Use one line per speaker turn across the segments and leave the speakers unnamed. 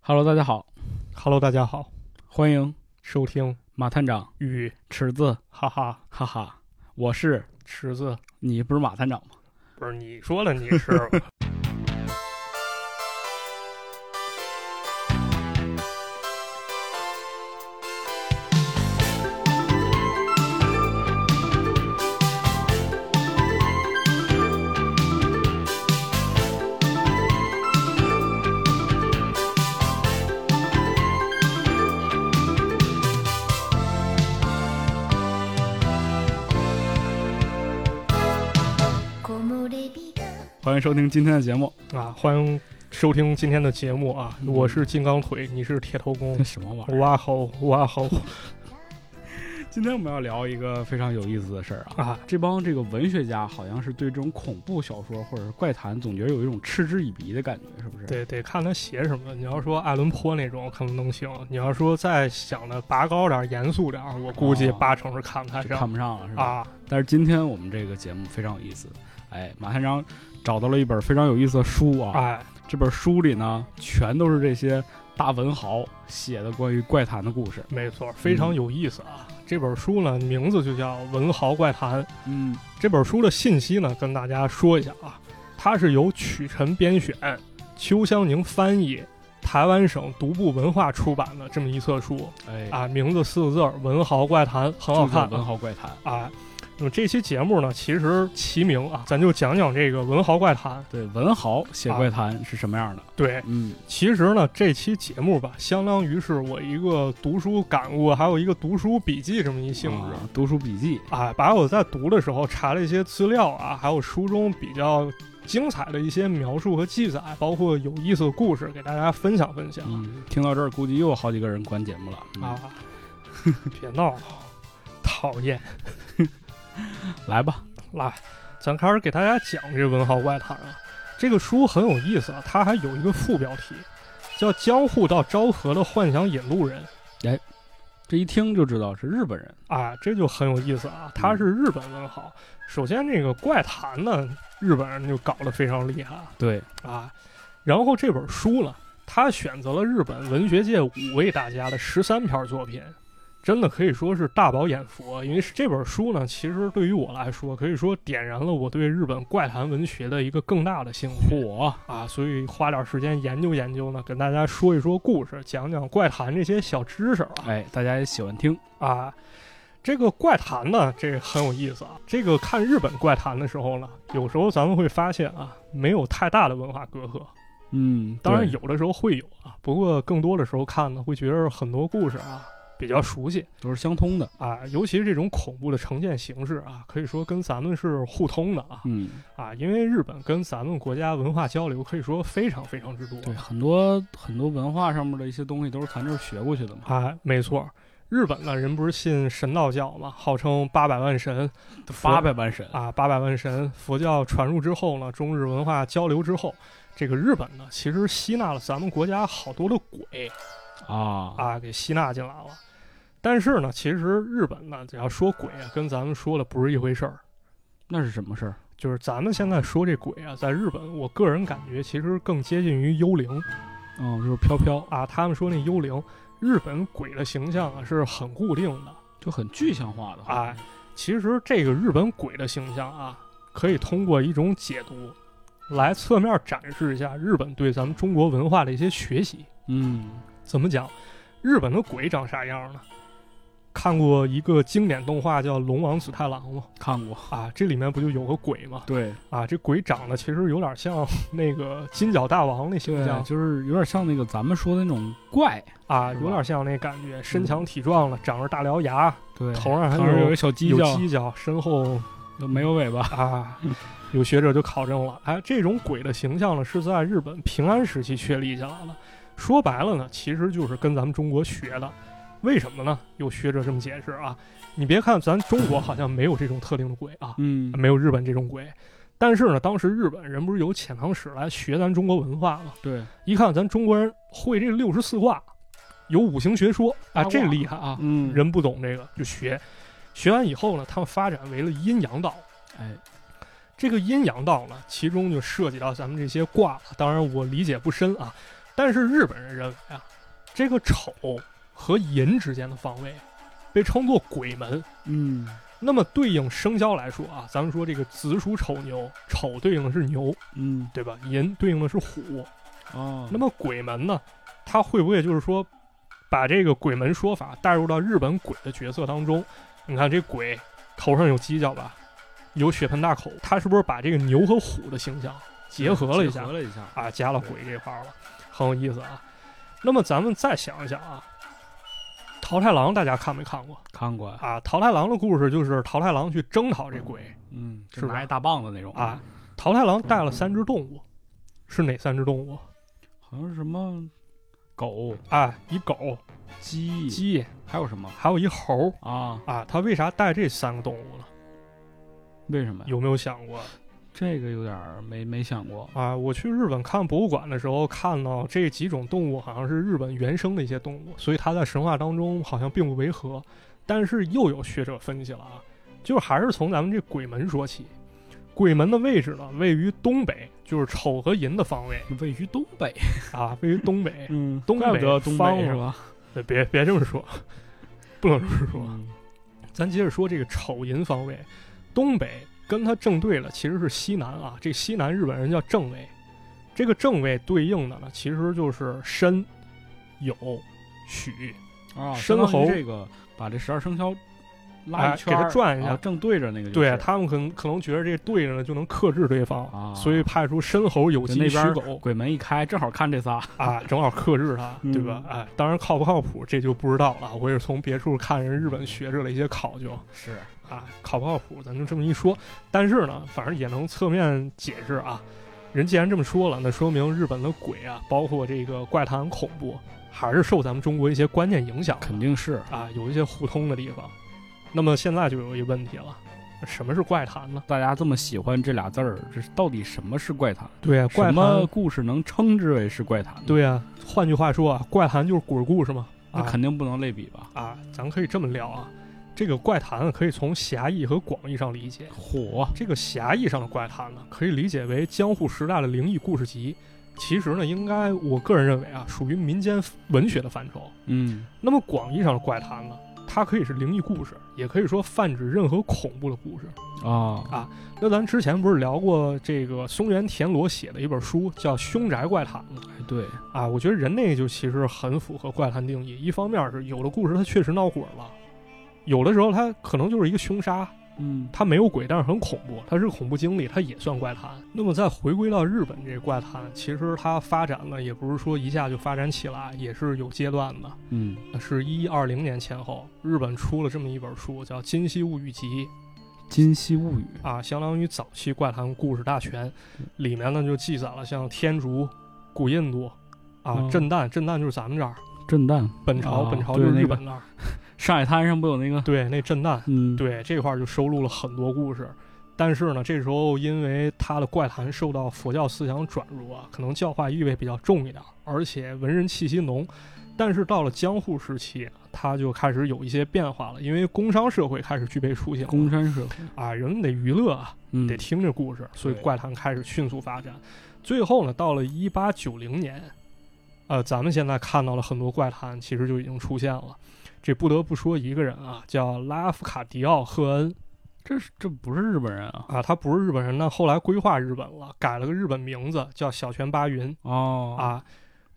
Hello，大家好，
Hello，大家好，
欢迎
收听
马探长、
与
池子，
哈哈
哈哈，我是
池子，
你不是马探长吗？
不是你说了你 是
木
欢迎收听今天的节 目，
啊，欢迎收听今天的节目啊，
嗯
我是金刚腿，你是铁头 功
这，什么玩意
哇吼哇吼
儿？今天我们要聊一个非常有意思的事儿啊。
啊，
这帮这个文学家好像是对这种恐怖小说或者是怪谈，总觉得有一种嗤之以鼻的感觉，是不是？，
得得看他写什么。你要说爱伦坡那种可能能行，你要说再想的拔高点儿、严肃点儿，我估计
哦
八成是看不太
就看
上
不上了，是吧？
啊。
但是今天我们这个节目非常有意思，哎，马探长找到了一本非常有意思的书啊，
哎，
这本书里呢全都是这些大文豪写的关于怪谈的故事，
没错，非
嗯
常有意思啊。这本书呢，名字就叫《文豪怪谈》。
嗯，
这本书的信息呢，跟大家说一下啊，它是由曲晨编选，邱湘宁翻译，台湾省独步文化出版的这么一册书
哎，
啊，名字四个字儿《文豪怪谈》，很好
著作
看
《文豪怪谈》。
啊。那么这期节目呢，其实齐名啊，咱就讲讲这个《文豪怪谈》。
对，文豪写怪谈是什么样的？
对，
啊嗯，
其实呢，这期节目吧，相当于是我一个读书感悟，还有一个读书笔记这么一性质。
啊读书笔记，
啊，把我在读的时候查了一些资料啊，还有书中比较精彩的一些描述和记载，包括有意思的故事，给大家分享分享、
嗯，听到这儿估计又有好几个人关节目了。嗯、
啊。别闹了，讨厌！
嗯来吧，
来，咱开始给大家讲这《文豪怪谈》啊。这个书很有意思啊，它还有一个副标题，叫《江户到昭和的幻想引路人》。
这一听就知道是日本人。
啊，这就很有意思啊！他是日本文豪。首先，这个怪谈呢，日本人就搞得非常厉害啊。
对，
啊。然后这本书呢，他选择了日本文学界五位大家的十三篇作品，真的可以说是大饱眼福啊。因为是这本书呢，其实对于我来说，可以说点燃了我对日本怪谈文学的一个更大的兴趣
火，
啊。所以花点时间研究研究呢，跟大家说一说故事，讲讲怪谈这些小知识啊
哎，大家也喜欢听。
啊。这个怪谈呢，这很有意思啊。这个看日本怪谈的时候呢，有时候咱们会发现啊，没有太大的文化隔阂，
嗯，
当然
对
有的时候会有啊，不过更多的时候看呢，会觉得很多故事啊比较熟悉
都是相通的。
啊，尤其是这种恐怖的呈现形式啊，可以说跟咱们是互通的啊
嗯，
啊，因为日本跟咱们国家文化交流可以说非常非常之多
对，很多很多文化上面的一些东西都是咱这儿学过去的嘛。
啊，没错。日本呢，人不是信神道教嘛，号称八百万神
八百万神，
啊，八百万神。佛教传入之后呢，中日文化交流之后，这个日本呢，其实吸纳了咱们国家好多的鬼，
啊
啊给吸纳进来了。但是呢，其实日本呢，只要说鬼啊，跟咱们说的不是一回事儿。
那是什么事儿？
就是咱们现在说这鬼啊，在日本，我个人感觉其实更接近于幽灵
嗯，就是飘飘，
啊。他们说那幽灵，日本鬼的形象啊是很固定的。
就很具象化的。
哎，其实这个日本鬼的形象啊，可以通过一种解读，来侧面展示一下日本对咱们中国文化的一些学习。
嗯，
怎么讲？日本的鬼长啥样呢？看过一个经典动画叫《龙王紫太郎》吗？
看过。
啊，这里面不就有个鬼吗？
对，
啊，这鬼长得其实有点像 那个金角大王那形
对，
象
就是有点像那个咱们说的那种怪，
啊，
是吧
有点像那感觉，身强体壮了，长着大獠牙，
对，
头上还
头上有
有
个小犄
有
角，
犄角，身后
都没有尾巴。
啊，有学者就考证了，哎，这种鬼的形象呢是在日本平安时期确立下来了。说白了呢，其实就是跟咱们中国学的。为什么呢？有学者这么解释啊，你别看咱中国好像没有这种特定的鬼啊，
嗯
没有日本这种鬼，但是呢，当时日本人不是有遣唐使来学咱中国文化吗？
对，
一看咱中国人会这六十四卦，有五行学说啊，这厉害啊！
嗯，
人不懂这个就学，学完以后呢，他们发展为了阴阳道。
哎，
这个阴阳道呢，其中就涉及到咱们这些卦了。当然，我理解不深啊。但是日本人认为啊，这个丑和寅之间的方位啊被称作鬼门。
嗯
那么对应生肖来说啊，咱们说这个子鼠丑牛，丑对应的是牛，
嗯
对吧？寅对应的是虎。
哦，
那么鬼门呢，它会不会就是说，把这个鬼门说法带入到日本鬼的角色当中？你看这鬼头上有犄角吧，有血盆大口，它是不是把这个牛和虎的形象结合了一下？
结合了一下，
啊，加了鬼这块儿了，很有意思啊。那么咱们再想一想啊，桃太郎大家看没看过
看过，
啊？桃太郎的故事就是桃太郎去征讨这鬼，
嗯，
是
就
吧
拿一大棒子那种
啊，桃太郎带了三只动
嗯
物，是哪三只动物
好像是什么狗、
啊？一狗、
鸡、
鸡，
还有什么
还有一猴
啊？
啊。他为啥带这三个动物呢？
为什么呀？
有没有想过
这个有点儿没没想过，
啊？我去日本看博物馆的时候，看到这几种动物好像是日本原生的一些动物，所以它在神话当中好像并不违和。但是又有学者分析了啊，就是还是从咱们这鬼门说起。鬼门的位置呢，位于东北，就是丑和寅的方位
位于东北，
啊，位于东北。
嗯，
东
怪不
北
得东
方
北是
嘛
吧？
对别别这么说，不能这么说。
嗯
咱接着说这个丑寅方位，东北跟它正对了，其实是西南啊。这西南日本人叫正位，这个正位对应的呢，其实就是申、酉、戌，
啊，
申
相当于
猴
这个把这十二生肖
哎
拉一圈
给
儿，
它转一下
然后正对着那个就是，
对啊他们可能可能觉得这对着呢就能克制对方，
啊
所以派出申猴、酉
就
鸡、
那边
戌
儿
狗
鬼门一开，正好看这 仨，
啊，正好克制他，
嗯
对吧？哎，当然靠不靠谱这就不知道了，我也是从别处看人日本学者的一些考究。
是
啊，靠不靠谱，咱就这么一说。但是呢，反正也能侧面解释啊。人既然这么说了，那说明日本的鬼啊，包括这个怪谈恐怖，还是受咱们中国一些观念影响的，
肯定是
啊，有一些互通的地方。那么现在就有一个问题了，什么是怪谈呢？
大家这么喜欢这俩字儿，这是到底什么是怪谈？
对啊，怪
什么
谈，
故事能称之为是怪谈？，
对啊。换句话说啊，怪谈就是鬼故事嘛。
那
啊
肯定不能类比吧？
啊，咱可以这么聊啊，这个怪谈可以从狭义和广义上理解。
火，
这个狭义上的怪谈呢，可以理解为江户时代的灵异故事集。其实呢，应该我个人认为啊，属于民间文学的范畴。
嗯，
那么广义上的怪谈呢，它可以是灵异故事，也可以说泛指任何恐怖的故事。
啊
啊那咱之前不是聊过这个松原田螺写的一本书叫《凶宅怪谈》吗？
哎对，
啊，我觉得人类就其实很符合怪谈定义。一方面是有的故事它确实闹火了，有的时候它可能就是一个凶杀，
嗯，
它没有鬼，但是很恐怖，它是恐怖经历，它也算怪谈。那么再回归到日本这怪谈，其实它发展了，也不是说一下就发展起来，也是有阶段的。
嗯，
是一二零年前后，日本出了这么一本书，叫《今昔物语集
《今夕物语》》
啊，相当于早期怪谈故事大全。里面呢就记载了像天竺、古印度啊、
嗯
震旦，震旦就是咱们这儿，
震旦，
本朝，
啊
本朝就
对
是
那
日
个
本那儿。
上海滩上不有那个？
对，那震旦
嗯，，
对这块儿就收录了很多故事。但是呢，这时候因为他的怪谈受到佛教思想转入啊，可能教化意味比较重一点，而且文人气息浓。但是到了江户时期，啊他就开始有一些变化了，因为工商社会开始具备雏形了，
公山社会，
啊，人们得娱乐啊，
嗯，
得听这故事，所以
对
怪谈开始迅速发展。最后呢，到了一八九零年，呃，咱们现在看到了很多怪谈，其实就已经出现了。这不得不说一个人啊，叫拉夫卡迪奥·赫恩
这是这不是日本人啊？
啊，他不是日本人，但后来规划日本了，改了个日本名字叫小泉八云
哦，
啊。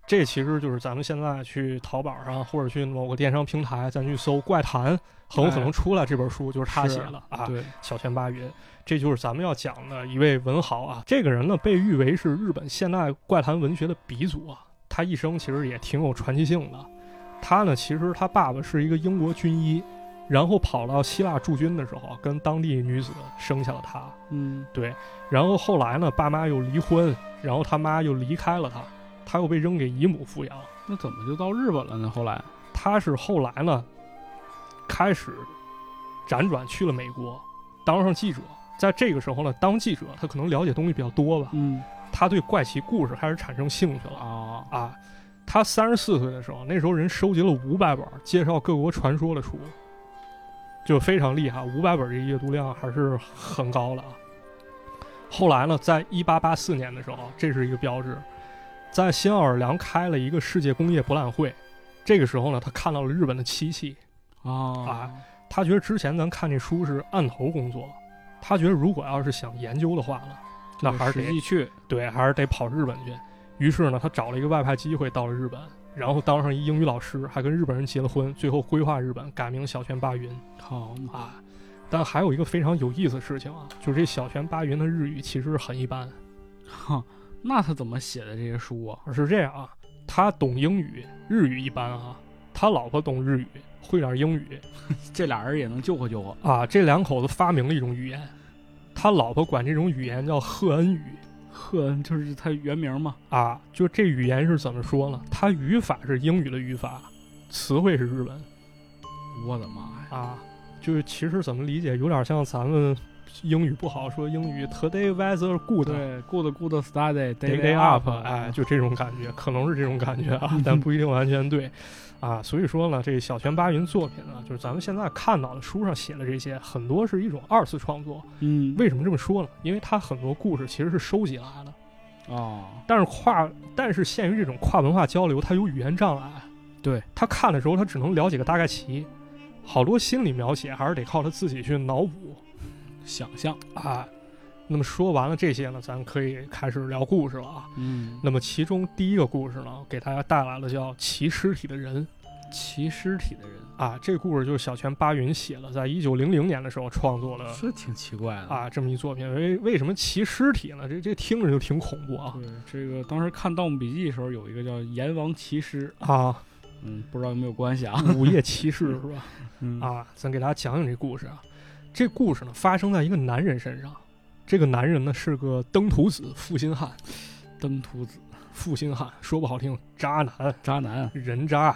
这其实就是咱们现在去淘宝上或者去某个电商平台，咱去搜怪谈，很有可能出来这本书就是他
哎是
写的啊。
对，
小泉八云，这就是咱们要讲的一位文豪啊。这个人呢，被誉为是日本现代怪谈文学的鼻祖啊。他一生其实也挺有传奇性的。他呢，其实他爸爸是一个英国军医，然后跑到希腊驻军的时候，啊跟当地女子生下了他。
嗯，
然后后来呢，爸妈又离婚，然后他妈又离开了他，他又被扔给姨母抚养。
那怎么就到日本了呢？后来，
他是后来呢，开始辗转去了美国，当上记者。在这个时候呢，当记者他可能了解东西比较多吧，
嗯，
他对怪奇故事开始产生兴趣了
啊，
啊。他三十四岁的时候，那时候人收集了五百本介绍各国传说的书，就非常厉害。五百本这阅读量还是很高的啊。后来呢，在一八八四年的时候，这是一个标志。在新奥尔良开了一个世界工业博览会。这个时候呢，他看到了日本的漆器，
啊
啊他觉得之前咱看这书是案头工作，他觉得如果要是想研究的话呢，那还是
实
得
际去
对，还是得跑日本去。于是呢，他找了一个外派机会到了日本，然后当上一英语老师，还跟日本人结了婚，最后规划日本，改名小泉八云
好嘛
啊。但还有一个非常有意思的事情啊，就是这小泉八云的日语其实很一般，
哈，那他怎么写的这些书啊？
是这样啊，他懂英语，日语一般啊，他老婆懂日语，会点英语，
这俩人也能救活救活
啊，这两口子发明了一种语言，他老婆管这种语言叫赫恩语
赫恩，就是他原名嘛。
啊。就这语言是怎么说呢？它语法是英语的语法，词汇是日文
我的妈呀！
啊。就是其实怎么理解，有点像咱们英语不好说英语 today weather good。
对，good good study
Day
day
up，哎，
哎，
就这种感觉，可能是这种感觉啊，但不一定完全对，啊，所以说呢，这小泉八云作品呢，就是咱们现在看到的书上写的这些，很多是一种二次创作，
嗯，
为什么这么说呢？因为它很多故事其实是收集来的，
哦，
但是跨，但是限于这种跨文化交流，它有语言障碍。
对
他看的时候，他只能了解个大概齐，好多心理描写还是得靠他自己去脑补
想象，
啊。那么说完了这些呢，咱可以开始聊故事了啊。
嗯，
那么其中第一个故事呢，给大家带来了叫《骑尸体的人》
骑尸体的人，
啊。这故事就是小泉八云写了，在一九零零年的时候创作了
这挺奇怪的。
啊这么一作品。为为什么骑尸体呢？这这听着就挺恐怖啊
对，这个当时看《盗墓笔记》的时候，有一个叫阎王骑尸，
啊！
嗯，不知道有没有关系啊？
午夜骑士是吧？
嗯，
啊，咱给大家讲讲这故事啊。这故事呢，发生在一个男人身上。这个男人呢，是个登徒子、负心汉。
登徒子
负心汉说不好听，渣男、
渣男，
人渣、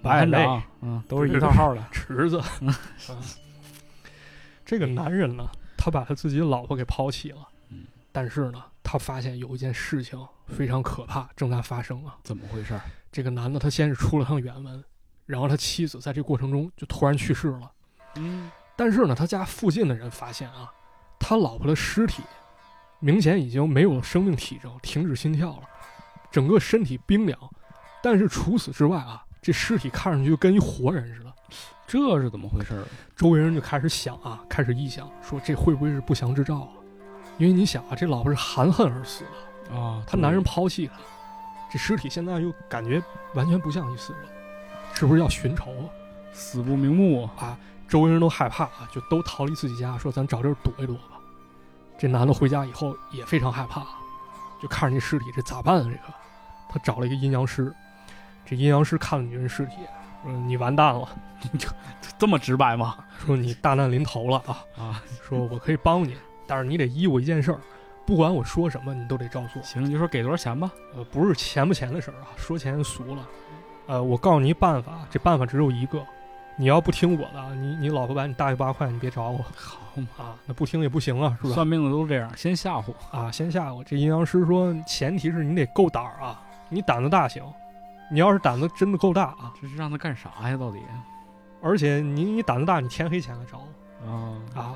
白
败类、
长，嗯，都是一套 号的。
池子。
嗯
啊这个男人呢，他把他自己的老婆给抛弃了
嗯。
但是呢，他发现有一件事情非常可怕，正在发生啊。
怎么回事儿？
这个男的他先是出了趟远门，然后他妻子在这过程中就突然去世了。
嗯，
但是呢，他家附近的人发现啊，他老婆的尸体明显已经没有了生命体征，停止心跳了，整个身体冰凉。但是除此之外啊，这尸体看上去就跟一活人似的。
这是怎么回事儿？
周围人就开始想啊，开始臆想，说这会不会是不祥之兆啊？因为你想啊，这老婆是含恨而死的，
啊，
她男人抛弃她，这尸体现在又感觉完全不像一死人，是不是要寻仇啊？
死不瞑目啊，
周围人都害怕啊，就都逃离自己家，说咱找地儿躲一躲吧。这男的回家以后也非常害怕，就看着这尸体，这咋办啊？这个，他找了一个阴阳师，这阴阳师看了女人尸体，说你完蛋了，
这么直白吗？
说你大难临头了啊，
啊，
说我可以帮你，但是你得依我一件事儿，不管我说什么，你都得照做。
行，你就说给多少钱吧。
呃，不是钱不钱的事儿啊，说钱俗了。呃，我告诉你一办法，这办法只有一个，你要不听我的，你你老婆把你大爷八块，你别找我。
好嘛，
啊，那不听也不行啊，是吧？
算命的都这样，先吓唬。
啊，先吓我。这阴阳师说，前提是你得够胆儿啊，你胆子大行。你要是胆子真的够大啊，
这是让他干啥呀？到底？
而且你你胆子大，你天黑前来找我
啊
啊，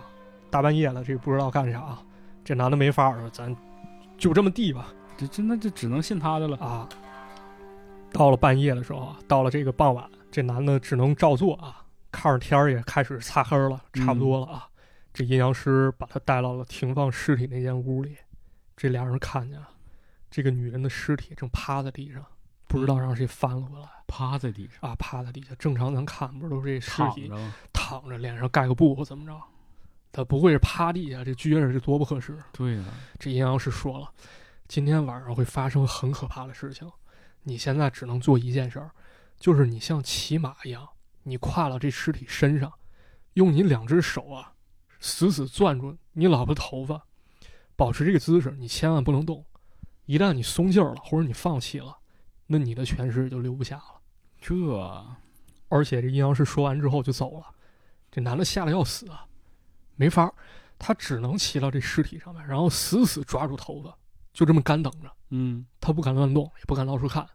大半夜的这不知道干啥，啊这男的没法儿说，咱就这么地吧
这真的就只能信他的了。
啊。到了半夜的时候啊，到了这个傍晚，这男的只能照做啊，看着天儿也开始擦黑了，
嗯
差不多了啊。这阴阳师把他带到了停放尸体那间屋里，这俩人看见了啊这个女人的尸体正趴在地上，不知道让谁翻了过来
趴在地上
啊，趴在地下。正常咱看不是都是这尸
躺
体
着吗，
躺着，脸上盖个布或怎么着？他不会是趴地下这撅着，这多不合适。
对啊呀，
这阴阳师说了，今天晚上会发生很可怕的事情。你现在只能做一件事儿，就是你像骑马一样，你跨到这尸体身上，用你两只手啊，死死攥住你老婆头发，保持这个姿势，你千万不能动。一旦你松劲儿了，或者你放弃了，那你的权势就留不下了。
这
而且这阴阳师说完之后就走了，这男的吓得要死啊，没法儿，他只能骑到这尸体上面，然后死死抓住头发，就这么干等着，
嗯，
他不敢乱动，也不敢到处看。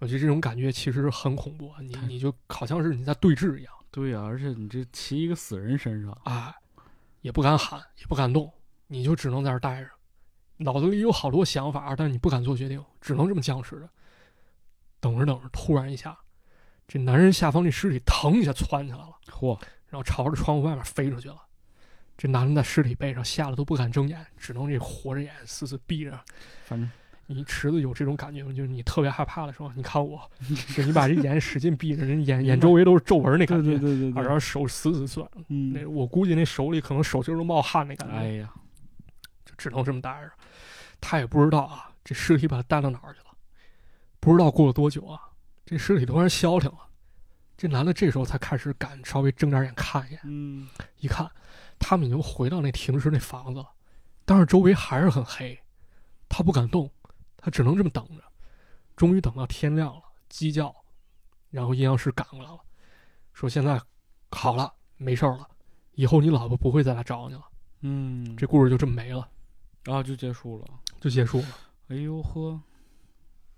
我觉得这种感觉其实很恐怖啊，你
太
你就好像是你在对峙一样哎
对呀，而且你这骑一个死人身上，
啊，也不敢喊，也不敢动，你就只能在这儿待着。脑子里有好多想法，但你不敢做决定，只能这么僵持着。等着等着，突然一下，这男人下方这尸体腾一下窜起来了，
嚯，
然后朝着窗户外面飞出去了。这男的在尸体背上吓得都不敢睁眼，只能这活着眼死死闭着。
反正
你池子有这种感觉吗？就是你特别害怕的时候，你 看我，就你把这眼使劲闭着，人眼眼周围都是皱纹那感
对
觉，
对对对
啊
对，
然后手死死攥，那
嗯，
我估计那手里可能手心都冒汗那感觉。
哎呀，
就只能这么待着。他也不知道啊，这尸体把他带到哪儿去了。不知道过了多久啊，这尸体突然消停了。这男的这时候才开始敢稍微睁点眼看一眼，
嗯，
一看，他们已经回到那停尸那房子了，但是周围还是很黑，他不敢动，他只能这么等着。终于等到天亮了，鸡叫，然后阴阳师赶过来了，说现在好了，没事儿了，以后你老婆不会再来找你了。
嗯，
这故事就这么没了，
然后就结束了。
就结束了。
哎呦呵，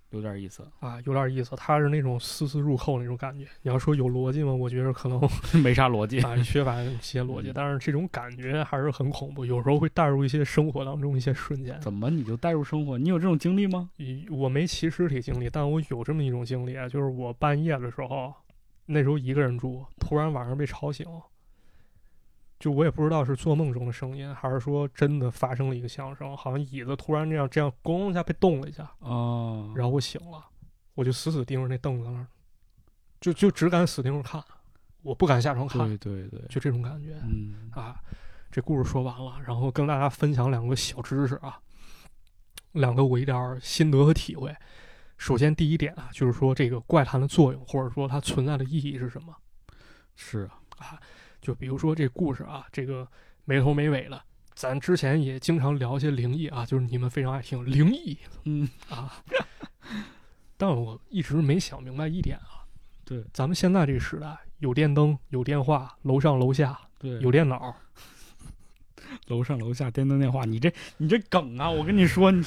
有点意思，
啊，有点意思，他是那种丝丝入扣那种感觉。你要说有逻辑吗？我觉得可能
没啥逻辑。
啊缺乏一些逻辑，但是这种感觉还是很恐怖，有时候会带入一些生活当中一些瞬间。
怎么你就带入生活？你有这种经历吗？
以我没骑尸体经历，但我有这么一种经历啊，就是我半夜的时候，那时候一个人住，突然晚上被吵醒，就我也不知道是做梦中的声音，还是说真的发生了一个响声，好像椅子突然这样这样咣一下被动了一下，
哦，
然后我醒了，我就死死盯着那凳子那儿，就就只敢死盯着看，我不敢下床看，
对对对，
就这种感觉
嗯，
啊。这故事说完了，然后跟大家分享两个小知识啊，两个我一点儿心得和体会。首先，第一点啊，就是说这个怪谈的作用，或者说它存在的意义是什么？
是啊，
就比如说这故事啊，这个没头没尾的，咱之前也经常聊一些灵异啊，就是你们非常爱听灵异，
嗯
啊， 但我一直没想明白一点啊，
对
咱们现在这个时代，有电灯，有电话，楼上楼下
对，
有电脑，
楼上楼下电灯电话，你这你这梗 啊，我跟你说，你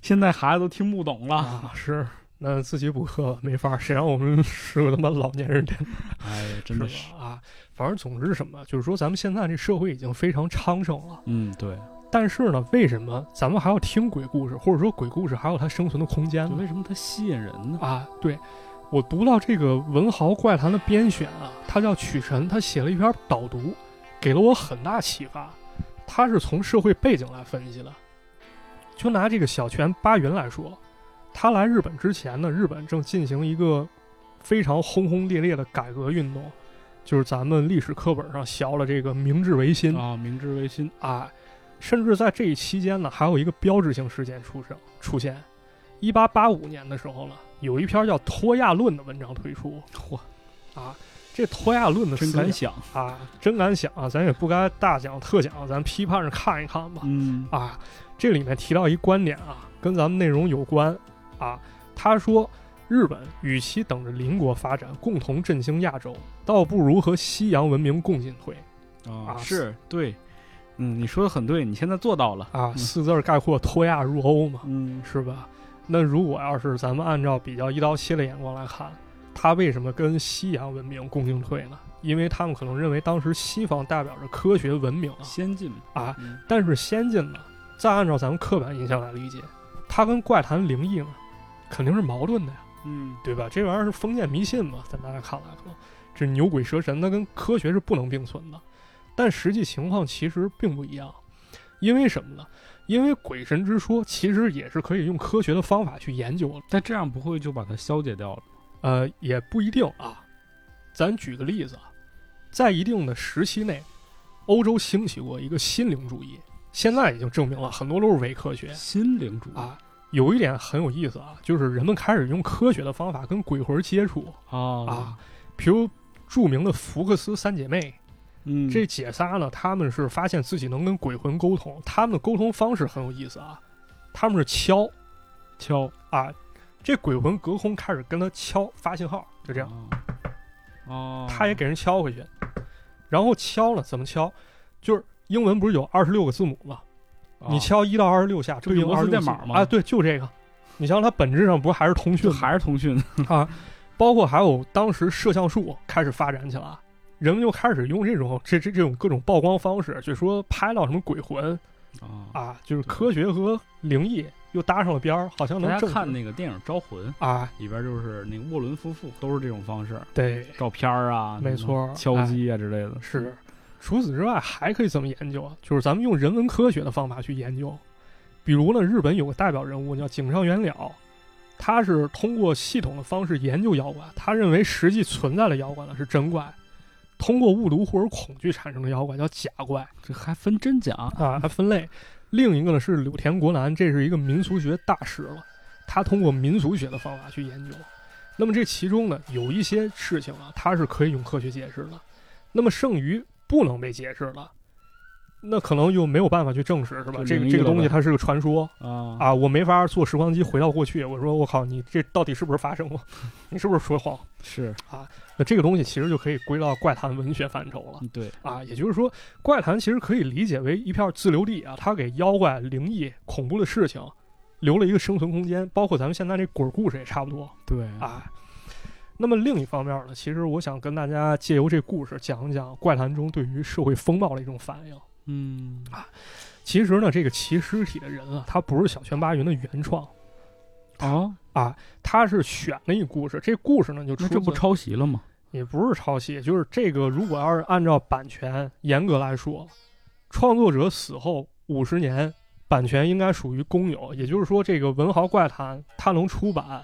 现在孩子都听不懂了。
啊，是。那自己补课没法儿，谁让我们 是个他妈老年人电
哎呀，真
脑
的是，
是吧啊！反正总之是什么，就是说咱们现在这社会已经非常昌盛了，
嗯，对，
但是呢，为什么咱们还要听鬼故事，或者说鬼故事还有它生存的空间
就
呢？
为什么它吸引人呢？
啊，对，我读到这个文豪怪谈的编选啊，他叫曲晨，他写了一篇导读，给了我很大启发。他是从社会背景来分析的，就拿这个小泉八云来说，他来日本之前呢，日本正进行一个非常轰轰烈烈的改革运动，就是咱们历史课本上学了这个明治维新
啊，明治维新，
啊，甚至在这一期间呢，还有一个标志性事件出生出现。一八八五年的时候呢，有一篇叫《托亚论》的文章推出。
嚯，
啊，这托亚论的
真
思
敢
想
想，
啊，真敢想啊，咱也不该大讲特讲，咱批判着看一看吧。
嗯
啊，这里面提到一观点啊，跟咱们内容有关啊。他说，日本与其等着邻国发展共同振兴亚洲，倒不如和西洋文明共进退。
啊
啊
是对，嗯，你说的很对，你现在做到了，
啊，
嗯
四字儿概括脱亚入欧嘛，
嗯，
是吧？那如果要是咱们按照比较一刀切的眼光来看，它为什么跟西洋文明共进退呢？因为他们可能认为当时西方代表着科学文明啊，
先进
啊，
嗯
但是先进呢，再按照咱们刻板印象来理解，它跟怪谈灵异呢，肯定是矛盾的呀，
嗯，
对吧？这玩意儿是封建迷信嘛，在大家看来可能这牛鬼蛇神，它跟科学是不能并存的。但实际情况其实并不一样，因为什么呢？因为鬼神之说其实也是可以用科学的方法去研究的，
但这样不会就把它消解掉了？
呃，也不一定啊。咱举个例子啊，在一定的时期内，欧洲兴起过一个心灵主义，现在已经证明了很多都是伪科学
心灵主义
啊。有一点很有意思啊，就是人们开始用科学的方法跟鬼魂接触，
啊
啊，比如著名的福克斯三姐妹，
嗯，
这姐仨呢，她们是发现自己能跟鬼魂沟通，她们的沟通方式很有意思啊，她们是敲
敲
啊，这鬼魂隔空开始跟她敲发信号，就这样，
样，哦，
她也给人敲回去，然后敲呢怎么敲，就是英文不是有二十六个字母吗？
啊
你敲一到二十六下，对
这
应
不摩
二
斯
十
代
六
码吗
啊，对，就这个，你像它本质上不是还是通讯
就
吗
还是通讯，
啊，包括还有当时摄像术开始发展起来，人们就开始用这种这这这种各种曝光方式，就说拍到什么鬼魂，
啊，
啊，就是科学和灵异又搭上了边儿，好像能
大家
证实
看那个电影《招魂》
啊，
里边就是那个沃伦夫妇都是这种方式，
对，
照片儿啊，
没
什么
错哎
敲击啊之类的。
是。除此之外，还可以怎么研究啊？就是咱们用人文科学的方法去研究。比如呢，日本有个代表人物叫井上元了，他是通过系统的方式研究妖怪，他认为实际存在的妖怪呢是真怪，通过误读或者恐惧产生的妖怪叫假怪
这还分真假？
啊，还分类。另一个呢是柳田国男，这是一个民俗学大师了，他通过民俗学的方法去研究。那么这其中呢，有一些事情啊，它是可以用科学解释的，那么剩余不能被解释了，那可能就没有办法去证实，是吧
就？
这个
灵异
这个
了
东
呗
西它是个传说
啊
啊，我没法坐时光机回到过去，我说我靠，你这到底是不是发生过？ 你是不是说谎？
是
那这个东西其实就可以归到怪谈文学范畴了。
嗯对
啊，也就是说，怪谈其实可以理解为一片自留地啊，它给妖怪、灵异、恐怖的事情留了一个生存空间，包括咱们现在这鬼故事也差不多
对
啊。那么另一方面呢，其实我想跟大家借由这故事讲一讲怪谈中对于社会风暴的一种反应。
嗯
啊其实呢，这个骑尸体的人啊，他不是小泉八云的原创，
啊，
他是选了一故事。这故事呢，就出
那这
自
不抄袭了吗？
也不是抄袭，就是这个如果要是按照版权严格来说，创作者死后五十年，版权应该属于公有，也就是说，这个文豪怪谈它能出版，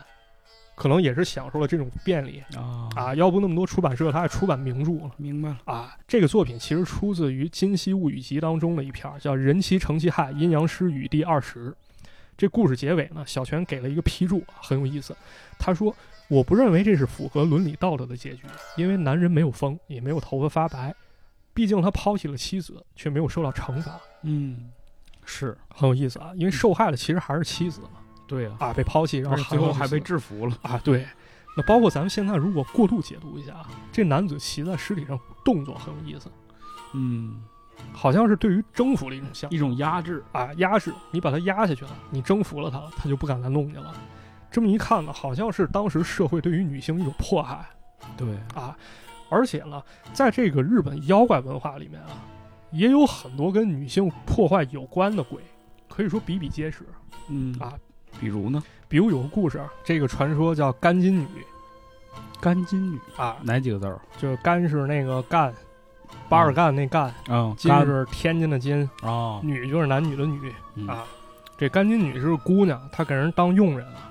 可能也是享受了这种便利
啊
啊，要不那么多出版社它也出版名著了
明白了
啊。这个作品其实出自于《今夕物语集》当中的一篇儿，叫《人妻成其害：阴阳师语》第二十。这故事结尾呢，小泉给了一个批注，啊很有意思。他说：“我不认为这是符合伦理道德的结局，因为男人没有疯，也没有头发发白，毕竟他抛弃了妻子，却没有受到惩罚。
嗯是”
很有意思啊，因为受害的其实还是妻子
对啊，
啊，被抛弃，然
而
后
且最后还被
死
制服了
啊，对。那包括咱们现在如果过度解读一下啊，这男子骑在尸体上动作很有意思，
嗯
好像是对于征服的一种象
一
征
种压制
啊，压制你把它压下去了，你征服了它了，它就不敢再弄你了。这么一看呢，好像是当时社会对于女性一种迫害
对
啊，而且呢，在这个日本妖怪文化里面啊，也有很多跟女性破坏有关的鬼，可以说比比皆是。
嗯
啊，
比如呢
比如有个故事，这个传说叫干金女
干金女
啊，
哪几个字儿
就是干是那个干，巴尔干那干，
啊
金
干
是天津的金，
啊
女就是男女的女，
嗯
啊这干金女是个姑娘，她给人当佣人了。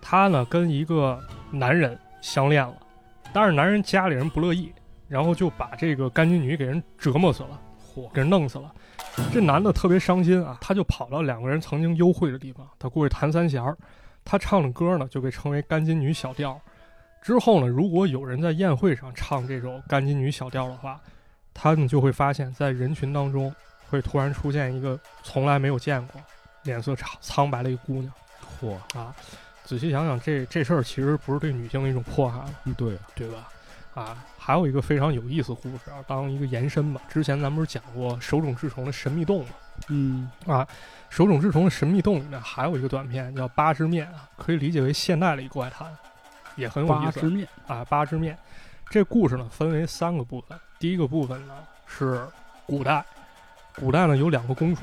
她呢跟一个男人相恋了，但是男人家里人不乐意，然后就把这个干金女给人折磨死了，
嚯
给人弄死了。这男的特别伤心啊，他就跑到两个人曾经幽会的地方，他过去弹三弦儿。他唱的歌呢就被称为干金女小调。之后呢，如果有人在宴会上唱这首干金女小调的话，他们就会发现，在人群当中会突然出现一个从来没有见过、脸色苍苍白的一个姑娘。
嚯
仔细想想，这这事儿其实不是对女性的一种迫害了，
嗯对啊
对吧？啊，还有一个非常有意思的故事啊，当一个延伸吧。之前咱们不是讲过手冢治虫的神秘洞吗？
嗯
啊，手冢治虫的神秘洞里面还有一个短片叫《八只面》啊，可以理解为现代的一个怪谈，也很有
八
意
只
思
面
啊。八只面，这故事呢分为三个部分，第一个部分呢是古代，古代呢有两个公主，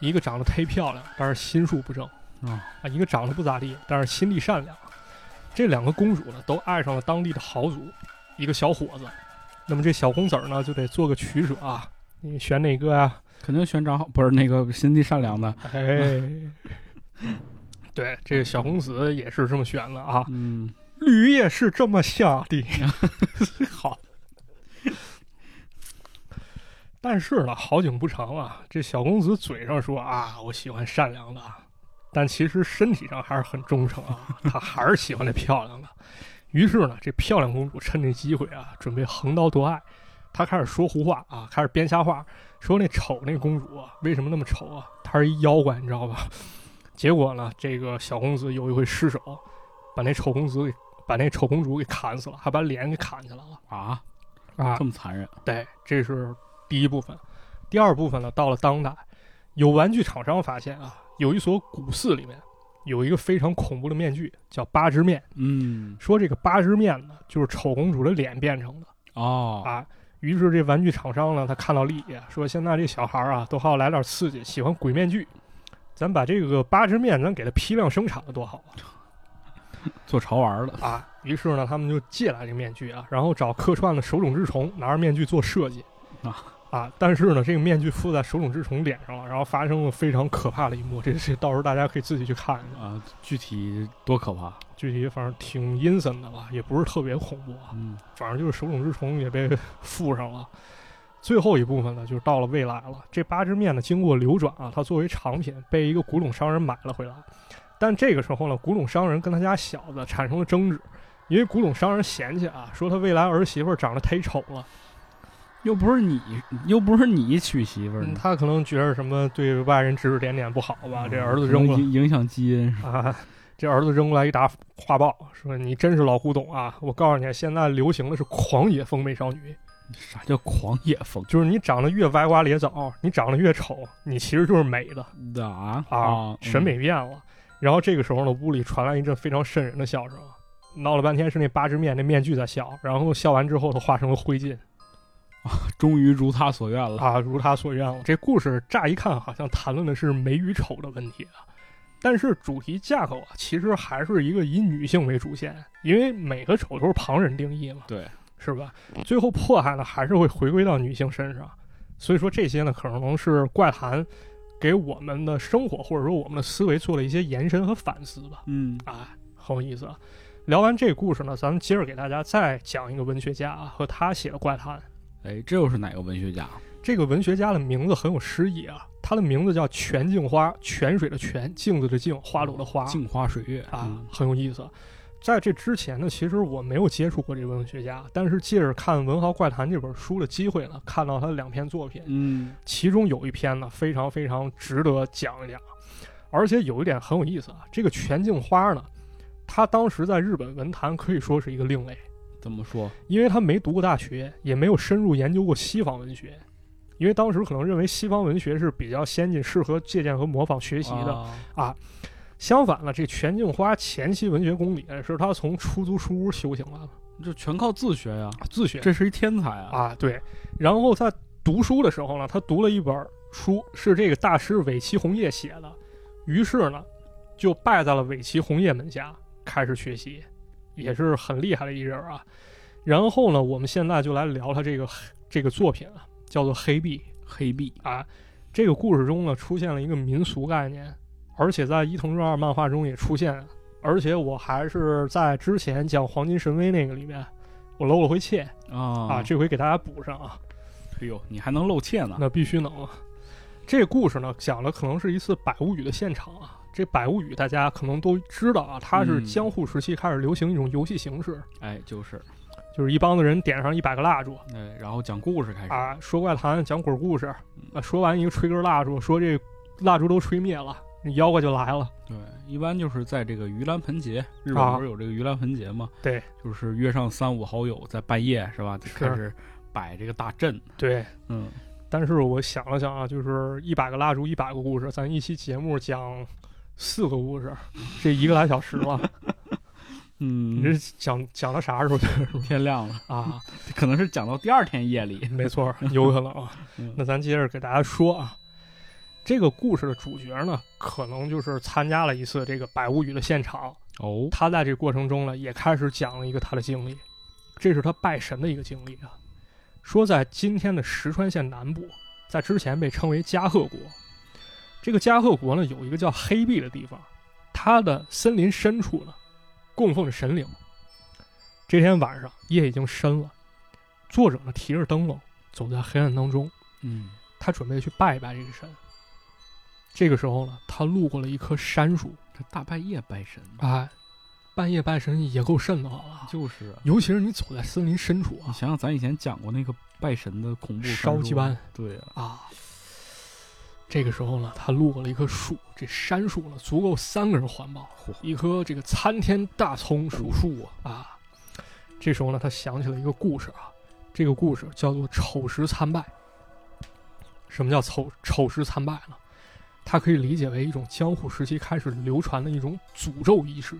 一个长得忒漂亮，但是心术不正。
啊
啊，一个长得不咋地，但是心地善良。这两个公主呢，都爱上了当地的豪族，一个小伙子。那么这小公子儿呢，就得做个取舍啊，你选哪个呀、
肯定选长好不是那个心地善良的
哎，对，这个小公子也是这么选的啊。
嗯
绿叶是这么下的，好。但是呢，好景不长啊，这小公子嘴上说啊，我喜欢善良的，但其实身体上还是很忠诚啊，他还是喜欢这漂亮的。于是呢，这漂亮公主趁这机会啊，准备横刀夺爱，她开始说胡话啊，开始编瞎话，说那丑那公主啊，为什么那么丑啊？她是一妖怪，你知道吧？结果呢，这个小公子有一回失手，把那丑公子给把那丑公主给砍死了，还把脸给砍下来了
啊
啊
这！么残忍
对，这是第一部分。第二部分呢，到了当代，有玩具厂商发现啊，有一所古寺里面有一个非常恐怖的面具，叫八只面。
嗯
说这个八只面呢，就是丑公主的脸变成的
哦
啊。于是这玩具厂商呢，他看到利益，啊说现在这小孩儿啊，都好来点刺激，喜欢鬼面具，咱把这个八只面，咱给它批量生产了，多好啊！
做潮玩的，
啊，于是呢，他们就借来这面具啊，然后找客串的手冢治虫拿着面具做设计
啊
啊，但是呢，这个面具附在手冢治虫脸上了，然后发生了非常可怕的一幕，这这到时候大家可以自己去看一下，
啊，具体多可怕？
具体反正挺阴森的吧，也不是特别恐怖啊，
嗯
反正就是手冢治虫也被 附上了。最后一部分呢，就是到了未来了。这八只面呢，经过流转啊，它作为藏品被一个古董商人买了回来。但这个时候呢，古董商人跟他家小子产生了争执，因为古董商人嫌弃啊，说他未来儿媳妇儿长得忒丑了，
又不是你，又不是你娶媳妇儿
嗯
呢，
他可能觉得什么对外人指指点点不好吧，这儿子
可
扔
能
了
影影响基因是吧，
啊，这儿子扔来一沓画报，说你真是老古董啊！我告诉你，现在流行的是狂野风美少女，
啥叫狂野风？
就是你长得越歪瓜裂枣，你长得越丑，你其实就是美的
啊
啊，审美变了。然后这个时候呢，屋里传来一阵非常瘆人的笑声，闹了半天是那八只面那面具在笑，然后笑完之后，它化成了灰烬
终于如他所愿了。
啊，如他所愿了。这故事乍一看好像谈论的是美与丑的问题啊，但是主题架构啊，其实还是一个以女性为主线，因为美和丑都是旁人定义嘛。
对，
是吧？最后迫害呢，还是会回归到女性身上。所以说这些呢，可能是怪谈给我们的生活或者说我们的思维做了一些延伸和反思吧。
嗯，
啊，很有意思啊！聊完这故事呢，咱们接着给大家再讲一个文学家啊和他写的怪谈。
哎，这又是哪个文学家？
这个文学家的名字很有诗意啊，他的名字叫泉镜花，泉水的泉，镜子的镜，花朵的花。
镜花水月
啊
嗯，
很有意思。在这之前呢，其实我没有接触过这位文学家，但是借着看《文豪怪谈》这本书的机会呢，看到他的两篇作品，
嗯，
其中有一篇呢非常非常值得讲一讲，而且有一点很有意思啊，这个全镜花呢，他当时在日本文坛可以说是一个另类，
怎么说？
因为他没读过大学，也没有深入研究过西方文学，因为当时可能认为西方文学是比较先进、适合借鉴和模仿学习的，
啊
相反呢，这全镜花前期文学功底是他从出租书屋修行来的，
这全靠自学呀，
自学
这是一天才啊！
啊，对。然后在读书的时候呢，他读了一本书，是这个大师尾崎红叶写的，于是呢，就拜在了尾崎红叶门下，开始学习，也是很厉害的一人啊。然后呢，我们现在就来聊他这个这个作品啊，叫做《黑壁》。
黑壁
啊，这个故事中呢出现了一个民俗概念，而且在伊藤润二漫画中也出现，而且我还是在之前讲黄金神威那个里面，我漏了回切
啊
啊，这回给大家补上啊，
哎呦，你还能露怯呢？
那必须能啊。这故事呢讲的可能是一次百物语的现场啊，这百物语大家可能都知道啊，它是
嗯
江户时期开始流行一种游戏形式，
哎，就是，
就是一帮子人点上一百个蜡烛，
哎，然后讲故事开始，
啊，说怪谈，讲鬼故事，
嗯
啊，说完一个吹根蜡烛，说这蜡烛都吹灭了，你妖怪就来了。
对，一般就是在这个盂兰盆节，日本
啊
不是有这个盂兰盆节吗？
对，
就是约上三五好友，在半夜是吧，就开始摆这个大阵。
对，
嗯，
但是我想了想啊，就是一百个蜡烛，一百个故事，咱一期节目讲四个故事，这一个来小时了，你
嗯，
这讲讲到啥时候去
天亮了，
啊？
可能是讲到第二天夜里。
没错儿，有可能啊。
嗯
那咱接着给大家说啊，这个故事的主角呢，可能就是参加了一次这个百物语的现场，
哦，
他在这过程中呢，也开始讲了一个他的经历，这是他拜神的一个经历啊。说在今天的石川县南部，在之前被称为加贺国。这个加贺国呢，有一个叫黑壁的地方，它的森林深处呢，供奉着神灵。这天晚上，夜已经深了，作者呢提着灯笼走在黑暗当中，
嗯，
他准备去拜一拜这个神。这个时候呢，他路过了一棵杉树，
这大半夜拜神，
哎，半夜拜神也够瘆得慌了，
就是啊
尤其是你走在森林深处
你
啊
想想，咱以前讲过那个拜神的恐怖
烧
传
鸡
说
班，
对啊，
啊。这个时候呢，他路过了一棵树，这杉树呢足够三个人环抱，
嚯哎
一棵这个参天大葱树树啊啊。这时候呢，他想起了一个故事啊，这个故事叫做“丑时参拜”。什么叫丑丑时参拜呢？它可以理解为一种江户时期开始流传的一种诅咒仪式。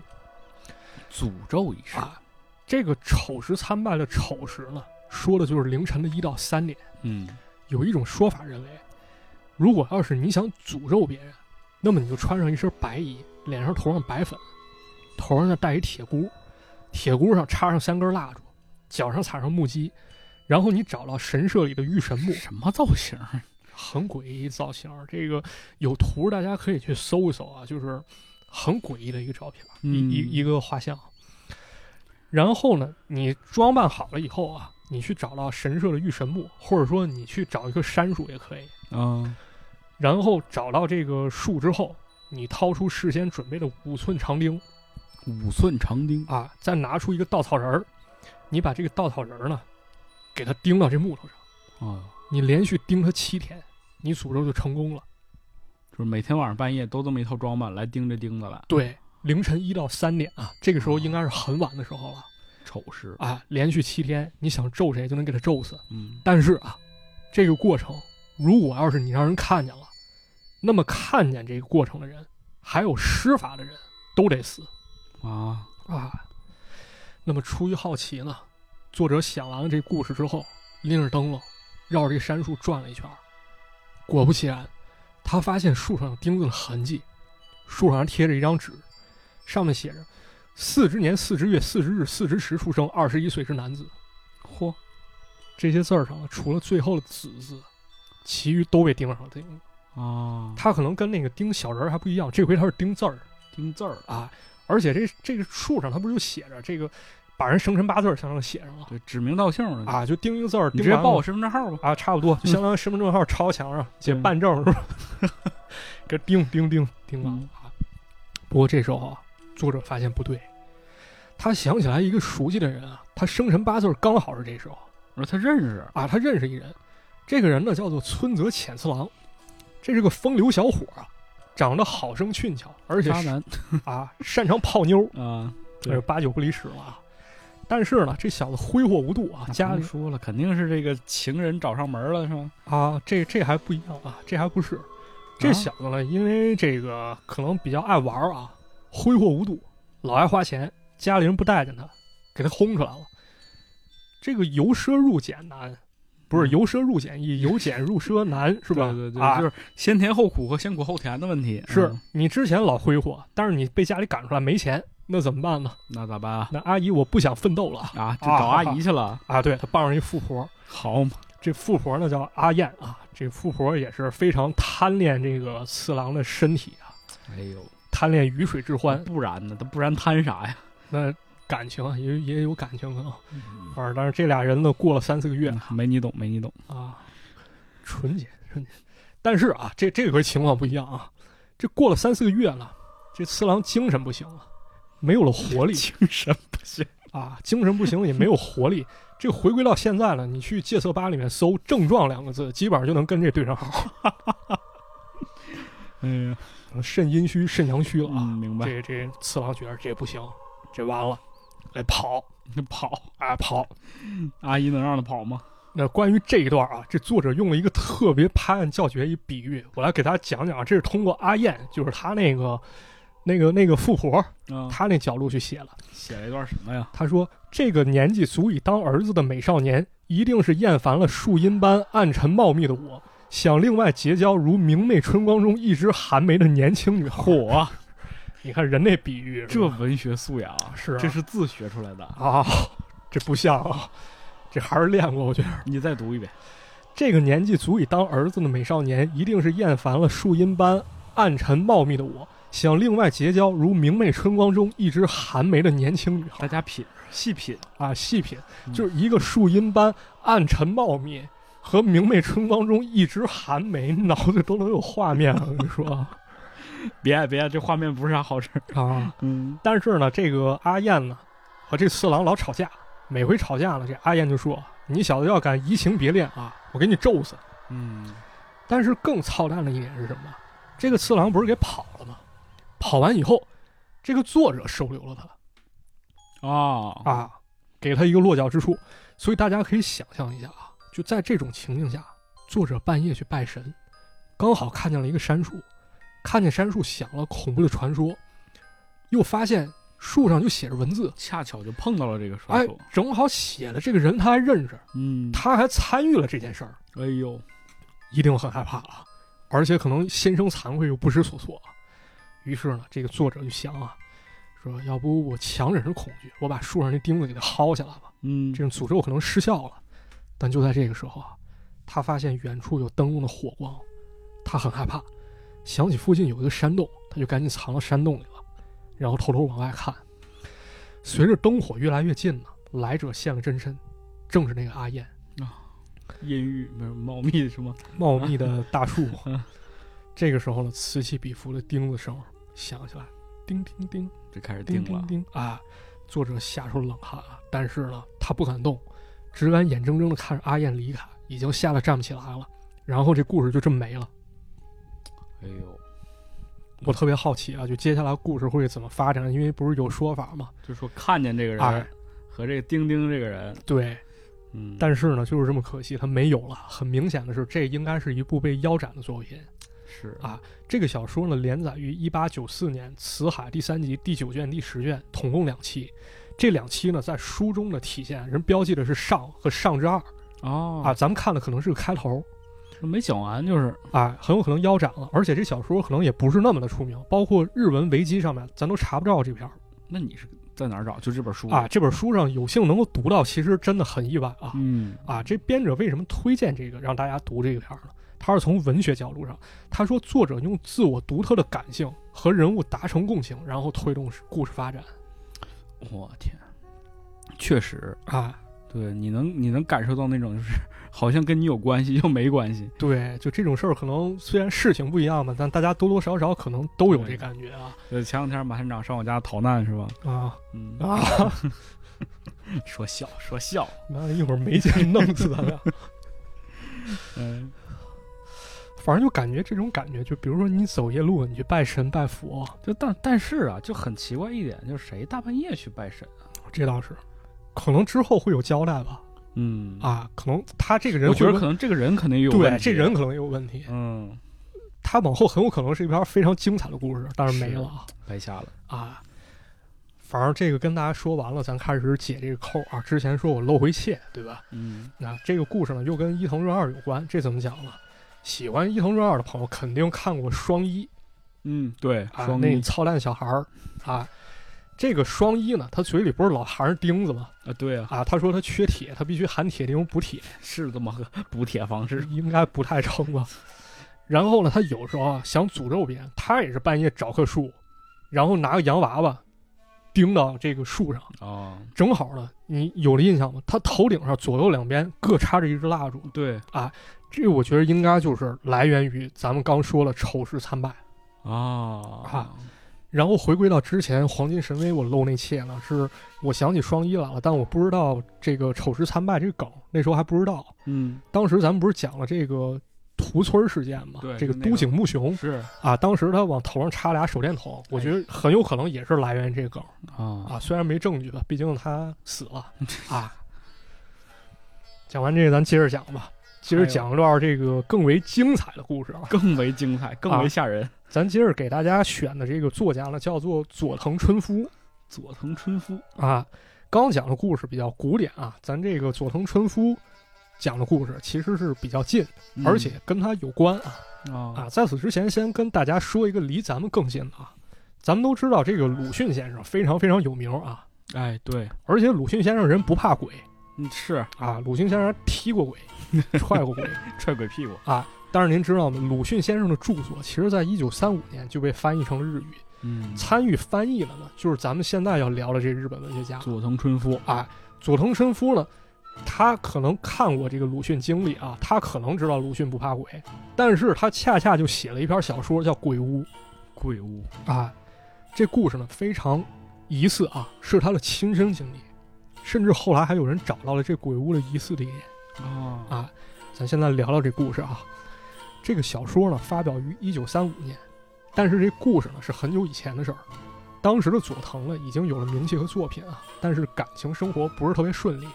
诅咒仪式，
啊，这个丑时参拜的丑时呢，说的就是凌晨的一到三点。
嗯
有一种说法认为，如果要是你想诅咒别人，那么你就穿上一身白衣，脸上涂上白粉，头上呢戴一铁箍，铁箍上插上三根蜡烛，脚上踩上木屐，然后你找到神社里的御神木，
什么造型啊？
很诡异造型儿。这个有图，大家可以去搜一搜啊，就是很诡异的一个照片，
嗯
一一一个画像。然后呢，你装扮好了以后啊，你去找到神社的御神木，或者说你去找一棵杉树也可以。
啊，
然后找到这个树之后，你掏出事先准备的五寸长钉
五寸长钉，
啊，再拿出一个稻草人儿，你把这个稻草人儿呢，给它钉到这木头上，
啊，
你连续钉它七天，你诅咒就成功了。
就是每天晚上半夜都这么一套装扮来盯这钉子了，
对，凌晨一到三点啊，这个时候应该是很晚的时候了
丑事。
啊，连续七天，你想咒谁就能给他咒死。
嗯，
但是啊，这个过程如果要是你让人看见了，那么看见这个过程的人，还有施法的人都得死。
啊，
啊。那么出于好奇呢，作者想完了这故事之后，拎着灯笼绕着这杉树转了一圈儿。果不其然，他发现树上有钉子的痕迹，树上还贴着一张纸，上面写着“四之年四之月四之日四之时出生，二十一岁之男子
嚯，”。
这些字儿上呢，啊除了最后的“子”字，其余都被钉上了钉。
啊，
他可能跟那个钉小人儿还不一样，这回他是钉字儿。
钉字儿，
啊，而且这这个树上它不是就写着这个把人生辰八字儿相当于写上了
对，指名道姓的，
啊，就钉一个字儿，
嗯你
钉
直接
完
报我
了
身份证号吧。
啊，差不多就相当于身份证号抄墙上写
嗯
办证是吧？ 给钉钉钉钉完了
嗯
啊。不过这时候啊，作者发现不对，他想起来一个熟悉的人啊，他生辰八字儿刚好是这时候
我说他认识，
啊，他认识一人，这个人呢叫做村泽浅次郎，这是个风流小伙儿啊，长得好生俊俏，而且
渣
是
男
啊擅长泡妞儿。
啊，对
这是八九不离十了啊。但是呢，这小子挥霍无度啊，
那
家
不
里
用说了，肯定是这个情人找上门了，是吧？
啊，这这还不一样啊，这还不是。这
啊
小子呢，因为这个可能比较爱玩儿啊，挥霍无度，老爱花钱，家里人不待见他，给他轰出来了。这个由奢入俭难，不是
嗯
由奢入俭易，由俭入奢难，是吧？
对对对，
啊
就是先甜后苦和先苦后甜的问题。
是
嗯
你之前老挥霍，但是你被家里赶出来没钱，那怎么办呢？
那咋办啊？
那阿姨，我不想奋斗了啊
啊，就找阿姨去了，
啊！对他傍上一富婆，
好嘛？
这富婆呢叫阿燕啊，这富婆也是非常贪恋这个次郎的身体啊，
哎呦，
贪恋鱼水之欢。
不然呢？他不然贪啥呀？
那感情啊，也也有感情可能，反正但是这俩人呢过了三四个月
嗯没你懂，没你懂。
啊，纯洁纯洁。但是啊，这这回情况不一样啊，这过了三四个月了，这次郎精神不行了，没有了活 力
精神不行
啊，精神不行也没有活力。这回归到现在了，你去戒色吧里面搜“症状”两个字，基本上就能跟这对上号。
哎 呀，
肾阴虚、肾阳虚了啊。
嗯，明白。
这这次郎觉得这不行，这完了，得跑
跑，
啊跑。
阿姨能让他跑吗？
那关于这一段啊，这作者用了一个特别拍案叫绝一比喻，我来给大家讲讲啊，这是通过阿燕，就是她那个那个那个富婆，
啊，
她那角度去写了。
写了一段什么呀？
她说，这个年纪足以当儿子的美少年，一定是厌烦了树荫般暗沉茂密的我。想另外结交如明媚春光中一枝寒梅的年轻女孩，
火，
你看人那比喻，
这文学素养啊，
是啊
这是自学出来的。
啊，这不像啊，这还是练过。我觉得
你再读一遍。
这个年纪足以当儿子的美少年，一定是厌烦了树荫般暗沉茂密的我，想另外结交如明媚春光中一枝寒梅的年轻女
大
孩
家品细品，
啊。细品，
嗯
就是一个树荫般暗沉茂密和明媚春光中一枝寒梅，脑子都能有画面啊。我跟你说啊
别别，这画面不是啥好事儿。
啊，
嗯，
但是呢，这个阿燕呢和这次郎老吵架，每回吵架呢，这阿燕就说：“你小子要敢移情别恋啊，我给你咒死！”
嗯，
但是更操蛋的一点是什么？这个次郎不是给跑了吗？跑完以后，这个作者收留了他
哦，
啊，给他一个落脚之处。所以大家可以想象一下啊，就在这种情境下，作者半夜去拜神，刚好看见了一个杉树，看见杉树想了恐怖的传说，又发现树上就写着文字，
恰巧就碰到了这个
哎
杀手，，
正好写了这个人他还认识，
嗯，
他还参与了这件事儿，
哎呦，
一定很害怕啊，而且可能心生惭愧又不知所措啊。于是呢，这个作者就想啊，说要不我强忍着恐惧，我把树上那钉子给它薅下来吧，
嗯，
这种诅咒可能失效了。但就在这个时候啊，他发现远处有灯笼的火光，他很害怕，想起附近有一个山洞，他就赶紧藏到山洞里了，然后偷偷往外看。随着灯火越来越近呢，来者现了真身，正是那个阿燕。
阴郁没有茂密的什么，
茂密的大树
嗯。
这个时候呢，此起彼伏的钉子声响起来，叮叮叮，
这开始定
叮
了
叮，叮啊！作者吓出冷汗啊，但是呢，他不敢动，只敢眼睁睁的看着阿燕离开，已经吓得站不起来了。然后这故事就这么没了。
哎呦，嗯
我特别好奇啊，就接下来故事会怎么发展？因为不是有说法嘛？
就说看见这个
哎
人和这个丁丁这个人，
对，
嗯，
但是呢，就是这么可惜，它没有了。很明显的是，这应该是一部被腰斩的作品。
是
啊这个小说呢，连载于一八九四年《辞海》第三集、第九卷、第十卷，统共两期。这两期呢，在书中的体现，人标记的是上和上之二
哦
啊，，咱们看的可能是个开头
没讲完就是，
啊，很有可能腰斩了。而且这小说可能也不是那么的出名，包括日文维基上面咱都查不着这篇儿
那你是在哪儿找？就这本书
啊。，这本书上有幸能够读到，其实真的很意外啊。
嗯
啊，这编者为什么推荐这个让大家读这个片儿呢？他是从文学角度上，他说作者用自我独特的感性和人物达成共情，然后推动故事发展
我天，确实，
啊。
对，你能你能感受到那种就是 好像跟你有关系又没关系，
对，就这种事儿，可能虽然事情不一样吧，但大家多多少少可能都有这感觉啊
呃，前两天马探长上我家逃难是吧？
啊
嗯，
啊！
说笑说笑，
妈的，一会儿没劲弄死啊咱俩。
嗯，
反正就感觉这种感觉，就比如说你走夜路，你去拜神拜佛，
就但但是啊，就很奇怪一点，就是谁大半夜去拜神啊？
这倒是，可能之后会有交代吧。
嗯，
啊，可能他这个人
我
会
觉得
问
可能这个人肯定有问
对
题
这人可能也有问题。
嗯
它往后很有可能是一篇非常精彩的故事，但是没了啊
白瞎了，
啊！反正这个跟大家说完了，咱开始解这个扣啊。之前说我漏回切，对吧？
嗯，
那、这个故事呢，又跟伊藤润二有关，这怎么讲呢？喜欢伊藤润二的朋友肯定看过《双一》
嗯，对，
啊，
双
那
一
操蛋小孩儿啊。这个双一呢，他嘴里不是老含着钉子吗？
啊，对啊，
啊，他说他缺铁，他必须含铁钉补铁，
是这么个补铁方 式，
应该不太成吧。然后呢，他有时候啊想诅咒别人，他也是半夜找棵树，然后拿个洋娃娃钉到这个树上，
哦，
正好呢，你有了印象吗？他头顶上左右两边各插着一支蜡烛，
对
这个我觉得应该就是来源于咱们刚说了丑事参拜。
啊
啊，然后回归到之前《黄金神威》，我漏那切了，是我想起双一来了，但我不知道这个丑事参拜这个梗，那时候还不知道。
嗯，
当时咱们不是讲了这个屠村事件嘛？
对
这个
就那个
都井木雄，
是
啊，当时他往头上插俩手电筒，
哎
我觉得很有可能也是来源于这个梗
啊，
啊。虽然没证据吧，毕竟他死了啊。讲完这个，咱接着讲吧，接着讲一段这个更为精彩的故事啊。
更为精彩，更
啊
为吓人。
咱接着给大家选的这个作家呢，叫做佐藤春夫
佐藤春夫，
啊。刚讲的故事比较古典啊，咱这个佐藤春夫讲的故事其实是比较近，
嗯
而且跟他有关啊。
啊
啊，在此之前，先跟大家说一个离咱们更近的啊。咱们都知道这个鲁迅先生非常非常有名啊，
哎，对，
而且鲁迅先生人不怕鬼
嗯是
啊，鲁迅先生还踢过鬼，踹过鬼。
踹鬼屁股，
但是您知道吗？鲁迅先生的著作其实在一九三五年就被翻译成日语，
嗯
参与翻译了呢，就是咱们现在要聊的这日本文学家
佐藤春夫
啊，佐藤伸夫呢。他可能看过这个鲁迅经历啊，他可能知道鲁迅不怕鬼，但是他恰恰就写了一篇小说叫《鬼屋》，
鬼屋，
啊，这故事呢非常疑似啊，是他的亲身经历，甚至后来还有人找到了这鬼屋的疑似地点
啊
啊。咱现在聊聊这故事啊，这个小说呢发表于一九三五年，但是这故事呢是很久以前的事儿。当时的佐藤呢已经有了名气和作品啊，但是感情生活不是特别顺利。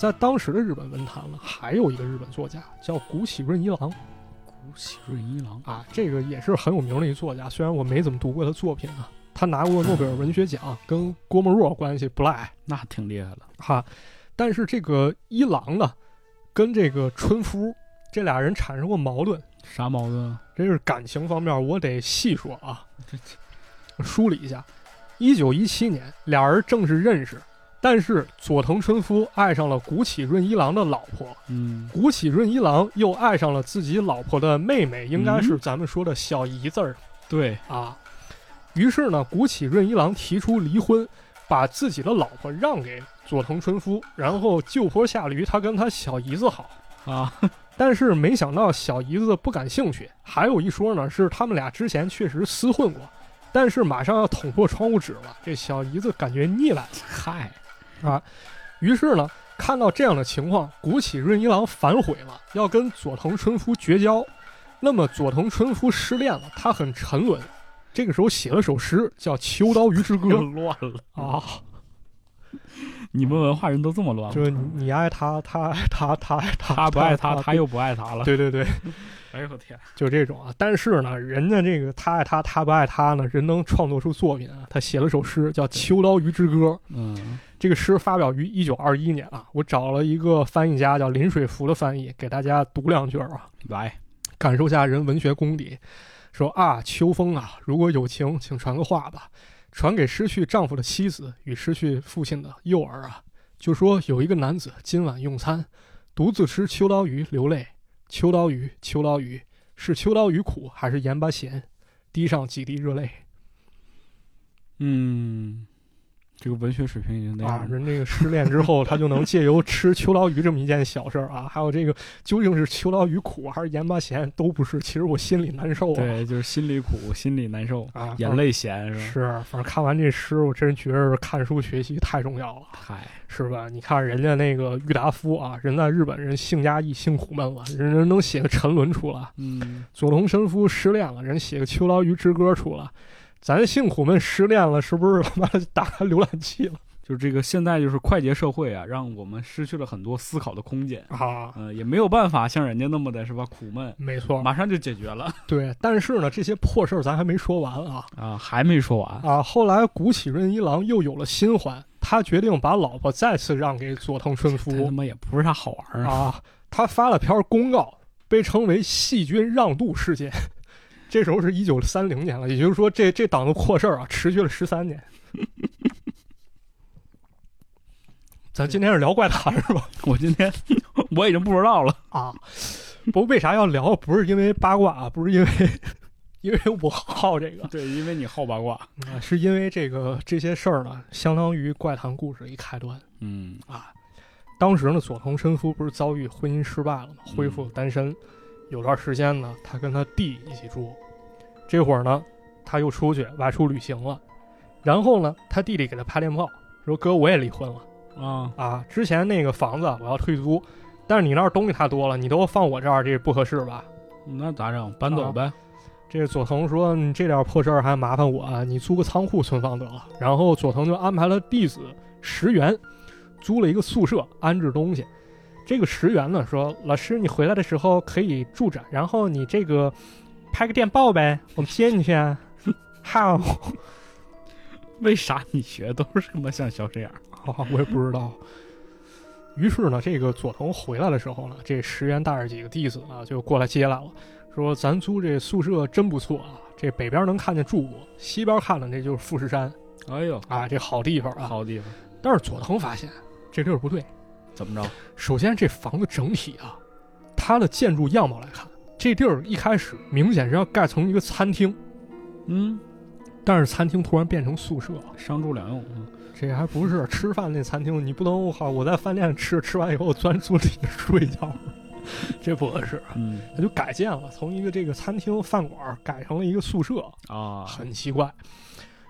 在当时的日本文坛呢，还有一个日本作家叫谷喜润一郎
古喜润一郎
啊，这个也是很有名的一作家，虽然我没怎么读过他作品啊，他拿过诺贝尔文学奖，跟郭沫若关系不赖
那挺厉害了。
哈。但是这个伊朗呢，跟这个春夫这俩人产生过矛盾，
啥矛盾啊？
这是感情方面，我得细说啊，梳理一下。一九一七年，俩人正式认识，但是佐藤春夫爱上了谷崎润一郎的老婆，
嗯，
谷崎润一郎又爱上了自己老婆的妹妹，应该是咱们说的小姨子儿
对，
啊。于是呢，谷崎润一郎提出离婚，把自己的老婆让给佐藤春夫，然后就坡下驴，他跟他小姨子好。
啊，
但是没想到小姨子不感兴趣，还有一说呢，是他们俩之前确实厮混过，但是马上要捅破窗户纸了，这小姨子感觉腻歪。
嗨，
于是呢，看到这样的情况，谷崎润一郎反悔了，要跟佐藤春夫绝交。那么佐藤春夫失恋了，他很沉沦。这个时候写了首诗，叫《秋刀鱼之歌
又》乱了！
啊，
你们文化人都这么乱吗？
就是你你爱他，他爱他，他爱他，
他不爱他，
他
他又不爱他了。
对对对，
哎呦我天！
就这种啊。但是呢，人家这个他爱他，他不爱他呢，人能创作出作品啊。他写了首诗叫《秋刀鱼之歌》，
嗯，
这个诗发表于一九二一年啊。我找了一个翻译家叫林水福的翻译，给大家读两句儿啊，
来，
感受下人文学功底。说啊，秋风啊，如果有情，请传个话吧，传给失去丈夫的妻子与失去父亲的幼儿啊。就说有一个男子今晚用餐，独自吃秋刀鱼流泪。秋刀鱼，秋刀鱼，是秋刀鱼苦还是盐巴咸？滴上几滴热泪
嗯，这个文学水平已经那
啊！
样了。
人这个失恋之后，他就能借由吃秋刀鱼这么一件小事儿啊，还有这个究竟是秋刀鱼苦还是盐巴咸都不是，其实我心里难受啊
对，就是心里苦，心里难受，
啊！
眼泪咸是吧？
是，反正看完这诗，我真觉得看书学习太重要了，
嗨，
是吧？你看人家那个郁达夫啊，人在日本人性压抑、性苦闷了，人人能写个沉沦出来；
嗯，
佐藤神夫失恋了，人写个秋刀鱼之歌出来。咱性苦闷失恋了，是不是 他妈的打开浏览器了
就是这个现在就是快节社会啊，让我们失去了很多思考的空间。
啊？
呃，也没有办法像人家那么的是吧？苦闷，
没错，
马上就解决了
对。但是呢，这些破事儿咱还没说完啊
啊！还没说 完，
啊！后来谷崎润一郎又有了新欢，他决定把老婆再次让给佐藤春夫。
这他妈也不是啥好玩儿啊！
啊，他发了篇公告，被称为“细菌让渡事件”。 这时候是一九三零年了，也就是说这，这档子破事儿啊，持续了十三 年。咱今天是聊怪谈是吧？
我今天 我已经不知道了，
啊，不过为啥要聊？不是因为八卦啊，不是因为，因为我好这个，
对，因为你好八卦，
啊是因为这个这些事儿呢，相当于怪谈故事一开端。
嗯
啊，当时呢，佐藤伸夫不是遭遇婚姻失败了吗？恢复单身，有段时间呢，他跟他弟一起住。这会儿呢，他又出去外出旅行了，然后呢，他弟弟给他拍电报说：“哥，我也离婚了
啊，
啊，之前那个房子我要退租，但是你那儿东西太多了，你都放我这儿，这不合适吧
那咋整？搬走呗，？”
这佐藤说：“你这点破事儿还麻烦我、啊，你租个仓库存放得了。”然后佐藤就安排了弟子石原租了一个宿舍安置东西。这个石原呢说：“老师，你回来的时候可以住着，然后你这个拍个电报呗，我们接你去啊。”哈，
为啥你学都是他妈像小沈阳？
我也不知道。于是呢，这个佐藤回来的时候呢，这石原带着几个弟子啊就过来接来了，说：“咱租这宿舍真不错啊，这北边能看见柱国，西边看的这就是富士山
哎呦，
啊，这好地方啊。
好地方，”
但是佐藤发现这地儿不对，
怎么着？
首先，这房子整体啊，它的建筑样貌来看，这地儿一开始明显是要盖成一个餐厅，
嗯，
但是餐厅突然变成宿舍了，
商住两用，嗯
这还不是吃饭那餐厅，你不能我靠，我在饭店吃，吃完以后钻屋里睡觉，这不合适，
嗯
它就改建了，从一个这个餐厅饭馆改成了一个宿舍，
啊，
很奇怪。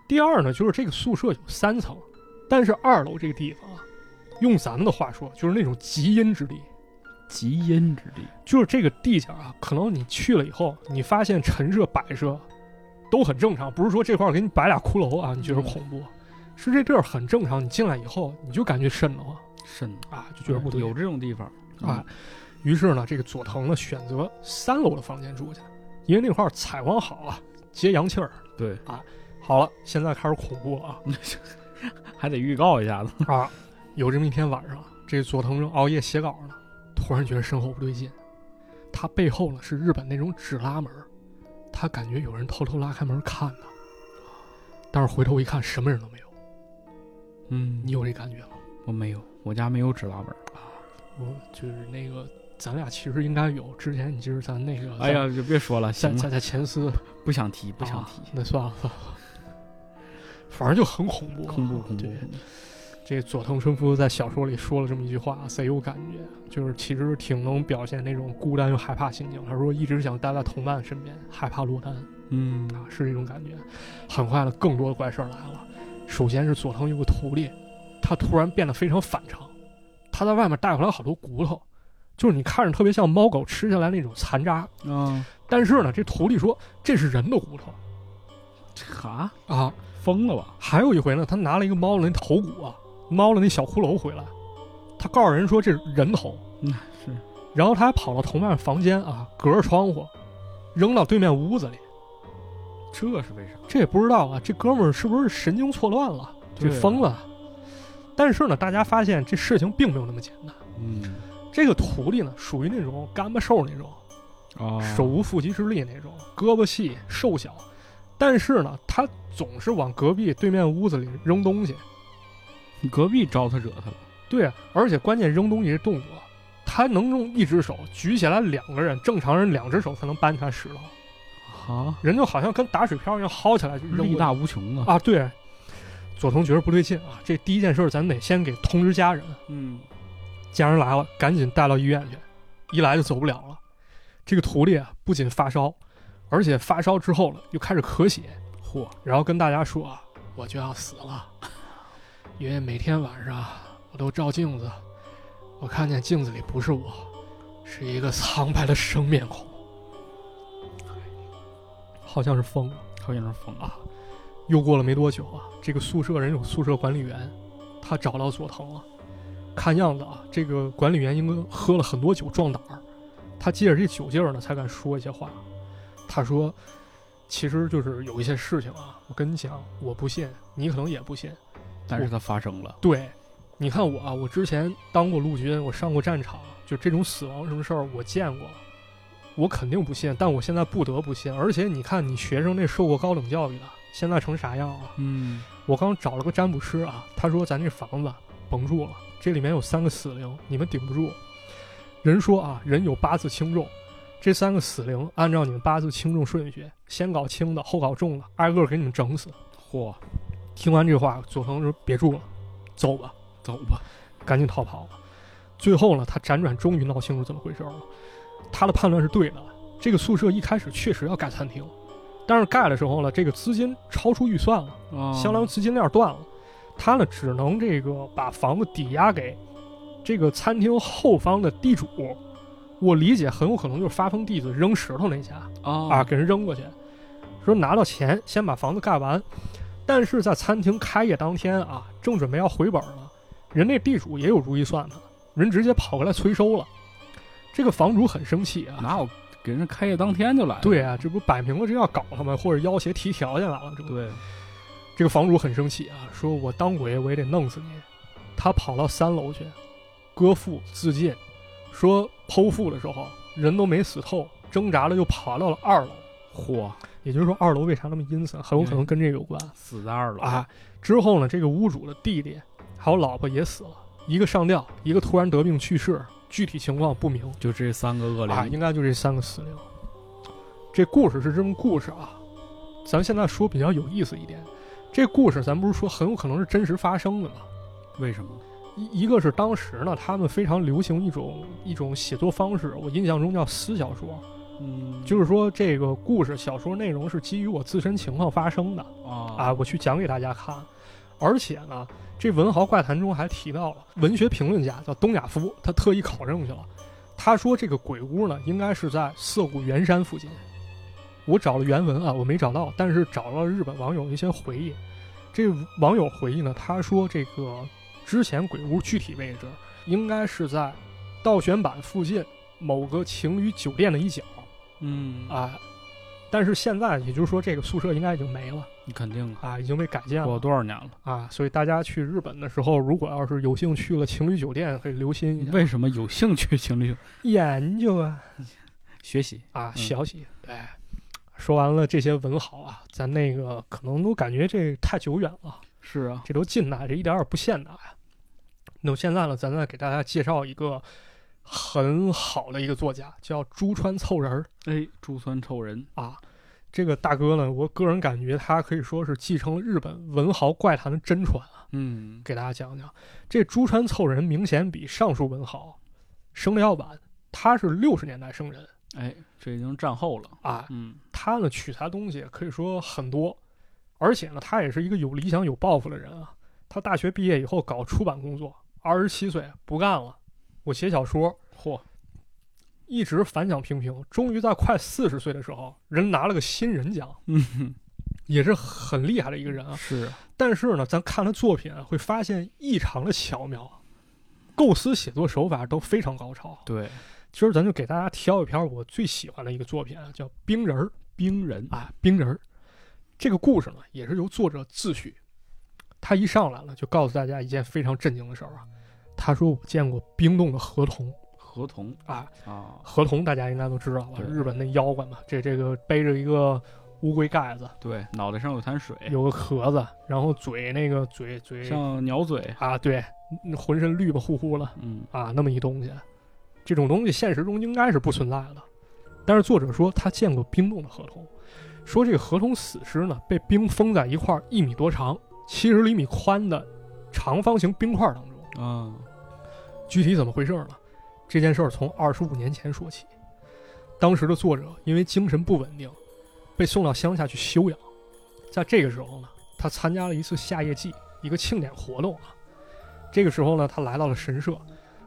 第二呢，就是这个宿舍有三层，但是二楼这个地方啊，用咱们的话说，就是那种极阴之地。
极阴之地，
就是这个地界儿啊，可能你去了以后，你发现陈设摆设都很正常，不是说这块儿给你摆俩骷髅啊，你
嗯
觉得恐怖，是这地儿很正常。你进来以后，你就感觉瘆得慌
甚
啊，就觉得不对
嗯哎有这嗯种地方
啊。于是呢，这个佐藤呢选择三楼的房间住去，因为那块儿采光好啊，接阳气儿。
对，
好了，现在开始恐怖了
还得预告一下子。
啊！啊， 有这么一天晚上，这佐藤正熬夜写稿呢，突然觉得身后不对劲，他背后呢是日本那种纸拉门，他感觉有人偷偷拉开门看他，但是回头一看，什么人都没有。
嗯
你有这感觉吗？
我没有，我家没有纸拉本。
啊我就是那个，咱俩其实应该有。之前你记得咱那个，
哎呀，就别说了，
在，
行哦
在
了，
在在前司
不想提，不想提
啊。那算了，算了反正就很恐怖，啊
恐怖恐怖
对，这佐藤春夫在小说里说了这么一句话，贼有感觉，就是其实挺能表现那种孤单又害怕心情。他说一直想待在同伴身边，害怕落单
嗯
啊，是这种感觉。很快呢，更多的怪事儿来了。首先是佐藤有个徒弟，他突然变得非常反常，他在外面带回来好多骨头，就是你看着特别像猫狗吃下来那种残渣，
啊，
但是呢，这徒弟说这是人的骨头
哈，
啊，
疯了吧？
还有一回呢，他拿了一个猫的那头骨啊，猫的那小骷髅回来，他告诉人说这是人头，
嗯，是，
然后他还跑到同伴房间啊，隔着窗户，扔到对面屋子里。
这是为啥？
这也不知道啊，这哥们儿是不是神经错乱了，就
对啊
疯了？但是呢，大家发现这事情并没有那么简单。
嗯
这个徒弟呢，属于那种干巴瘦那种，
啊，
手无缚鸡之力那种，胳膊细瘦小，但是呢，他总是往隔壁对面屋子里扔东西。
隔壁招他惹他了。
对啊，而且关键扔东西这动作，他能用一只手举起来，两个人正常人两只手才能搬起来石头，
啊，
人就好像跟打水漂一样薅起来就扔过去
力大无穷啊。
啊！对，佐藤觉得不对劲啊，这第一件事儿咱得先给通知家人，
嗯，
家人来了赶紧带到医院去，一来就走不了了。这个徒弟啊，不仅发烧，而且发烧之后了又开始咳血，
嚯，
然后跟大家说啊，我就要死了，因为每天晚上啊我都照镜子，我看见镜子里不是我，是一个苍白的生面孔，好像是疯了。
好像是疯了。
又过了没多久啊，这个宿舍人有宿舍管理员，他找到佐藤了。看样子啊，这个管理员应该喝了很多酒壮胆儿，他借着这酒劲儿呢，才敢说一些话。他说：“其实就是有一些事情啊，我跟你讲，我不信，你可能也不信。
但是它发生了。
对，你看我啊，我之前当过陆军，我上过战场，就这种死亡什么事儿我见过，我肯定不信，但我现在不得不信。而且你看，你学生那受过高等教育的，现在成啥样啊了？”
嗯，
我刚找了个占卜师啊，他说咱这房子甭住了，这里面有三个死灵，你们顶不住。人说啊，人有八字轻重，这三个死灵按照你们八字轻重顺序，先搞轻的，后搞重的，挨个给你们整死。
嚯，
听完这话，佐藤说别住了，走吧，
走吧。
赶紧逃跑吧。最后呢，他辗转终于闹清楚怎么回事了。他的判断是对的，这个宿舍一开始确实要盖餐厅，但是盖的时候呢，这个资金超出预算了。
啊，
相当于资金链断了，他呢只能这个把房子抵押给这个餐厅后方的地主。我理解很有可能就是发疯弟子扔石头那家啊，
啊
给人扔过去，说拿到钱先把房子盖完。但是在餐厅开业当天啊，正准备要回本了，人那地主也有如意算盘，人直接跑过来催收了。这个房主很生气啊，
哪有给人开业当天就来了？
对啊，这不摆明了这要搞他们，或者要挟提条件来了，这不
对，
这个房主很生气啊，说我当鬼我也得弄死你。他跑到三楼去，割腹自尽，说剖腹的时候人都没死透，挣扎了就爬到了二楼。
嚯，
也就是说，二楼为啥那么阴森，很有可能跟这有关
死在二楼！
啊。之后呢，这个屋主的弟弟还有老婆也死了，一个上吊，一个突然得病去世，具体情况不明。
就这三个恶
啊，
灵。
应该就这三个死灵。这故事是这么故事啊，咱现在说比较有意思一点。这故事咱不是说很有可能是真实发生的吗？
为什么？
一一个是当时呢，他们非常流行一种一种写作方式，我印象中叫私小说，
嗯，
就是说这个故事小说内容是基于我自身情况发生的啊，
啊
我去讲给大家看。而且呢，这《文豪怪谈》中还提到了文学评论家叫东亚夫，他特意考证去了。他说这个鬼屋呢，应该是在涩谷圆山附近。我找了原文啊，我没找到，但是找到了日本网友一些回忆。这网友回忆呢，他说这个之前鬼屋具体位置应该是在道玄坂附近某个情侣酒店的一角
嗯
啊。但是现在，也就是说，这个宿舍应该已经没了。
你肯定啊，
啊，已经被改建
过
了
多少年了？
啊，所以大家去日本的时候，如果要是有幸去了情侣酒店，可以留心一下
为什么有兴趣情侣
研究啊
学习？
啊，
嗯
小喜对。说完了这些文豪啊，咱那个可能都感觉这太久远了，
是啊，
这都近代，这一点儿也不现代啊。那我现在呢，咱再给大家介绍一个很好的一个作家，叫朱川凑人儿
哎，珠酸臭人，
啊。这个大哥呢，我个人感觉他可以说是继承了日本文豪怪谈的真传啊。
嗯，
给大家讲讲，这朱川凑人明显比上述文豪生的要晚，他是六十年代生人
哎，这已经战后了，
啊。
嗯，
他呢取材东西可以说很多，而且呢，他也是一个有理想、有抱负的人啊。他大学毕业以后搞出版工作，二十七岁不干了，我写小说，
嚯，
一直反响平平。终于在快四十岁的时候，人拿了个新人奖，
嗯，
也是很厉害的一个人啊。
是啊，
但是呢，咱看他作品啊，会发现异常的巧妙，啊构思、写作手法都非常高超。
对，
今儿咱就给大家挑一篇我最喜欢的一个作品啊，叫《冰人儿》。
冰人，
啊，冰人儿。这个故事呢，也是由作者自诩。他一上来呢，就告诉大家一件非常震惊的事儿啊。他说：“我见过冰冻的河童
合同
啊，
啊，
河童大家应该都知道吧？
对
日本那妖怪嘛，这这个背着一个乌龟盖子，
对，脑袋上有滩水，
有个壳子，然后嘴那个嘴嘴
像鸟嘴，
啊，对，嗯浑身绿吧乎乎了
嗯，
啊，那么一东西。这种东西现实中应该是不存在的，但是作者说他见过冰冻的河童，说这个河童死尸呢被冰封在一块儿一米多长、七十厘米宽的长方形冰块当中。
啊，
具体怎么回事呢？这件事儿从二十五年前说起，当时的作者因为精神不稳定，被送到乡下去休养。在这个时候呢，他参加了一次夏夜祭，一个庆典活动啊。这个时候呢，他来到了神社，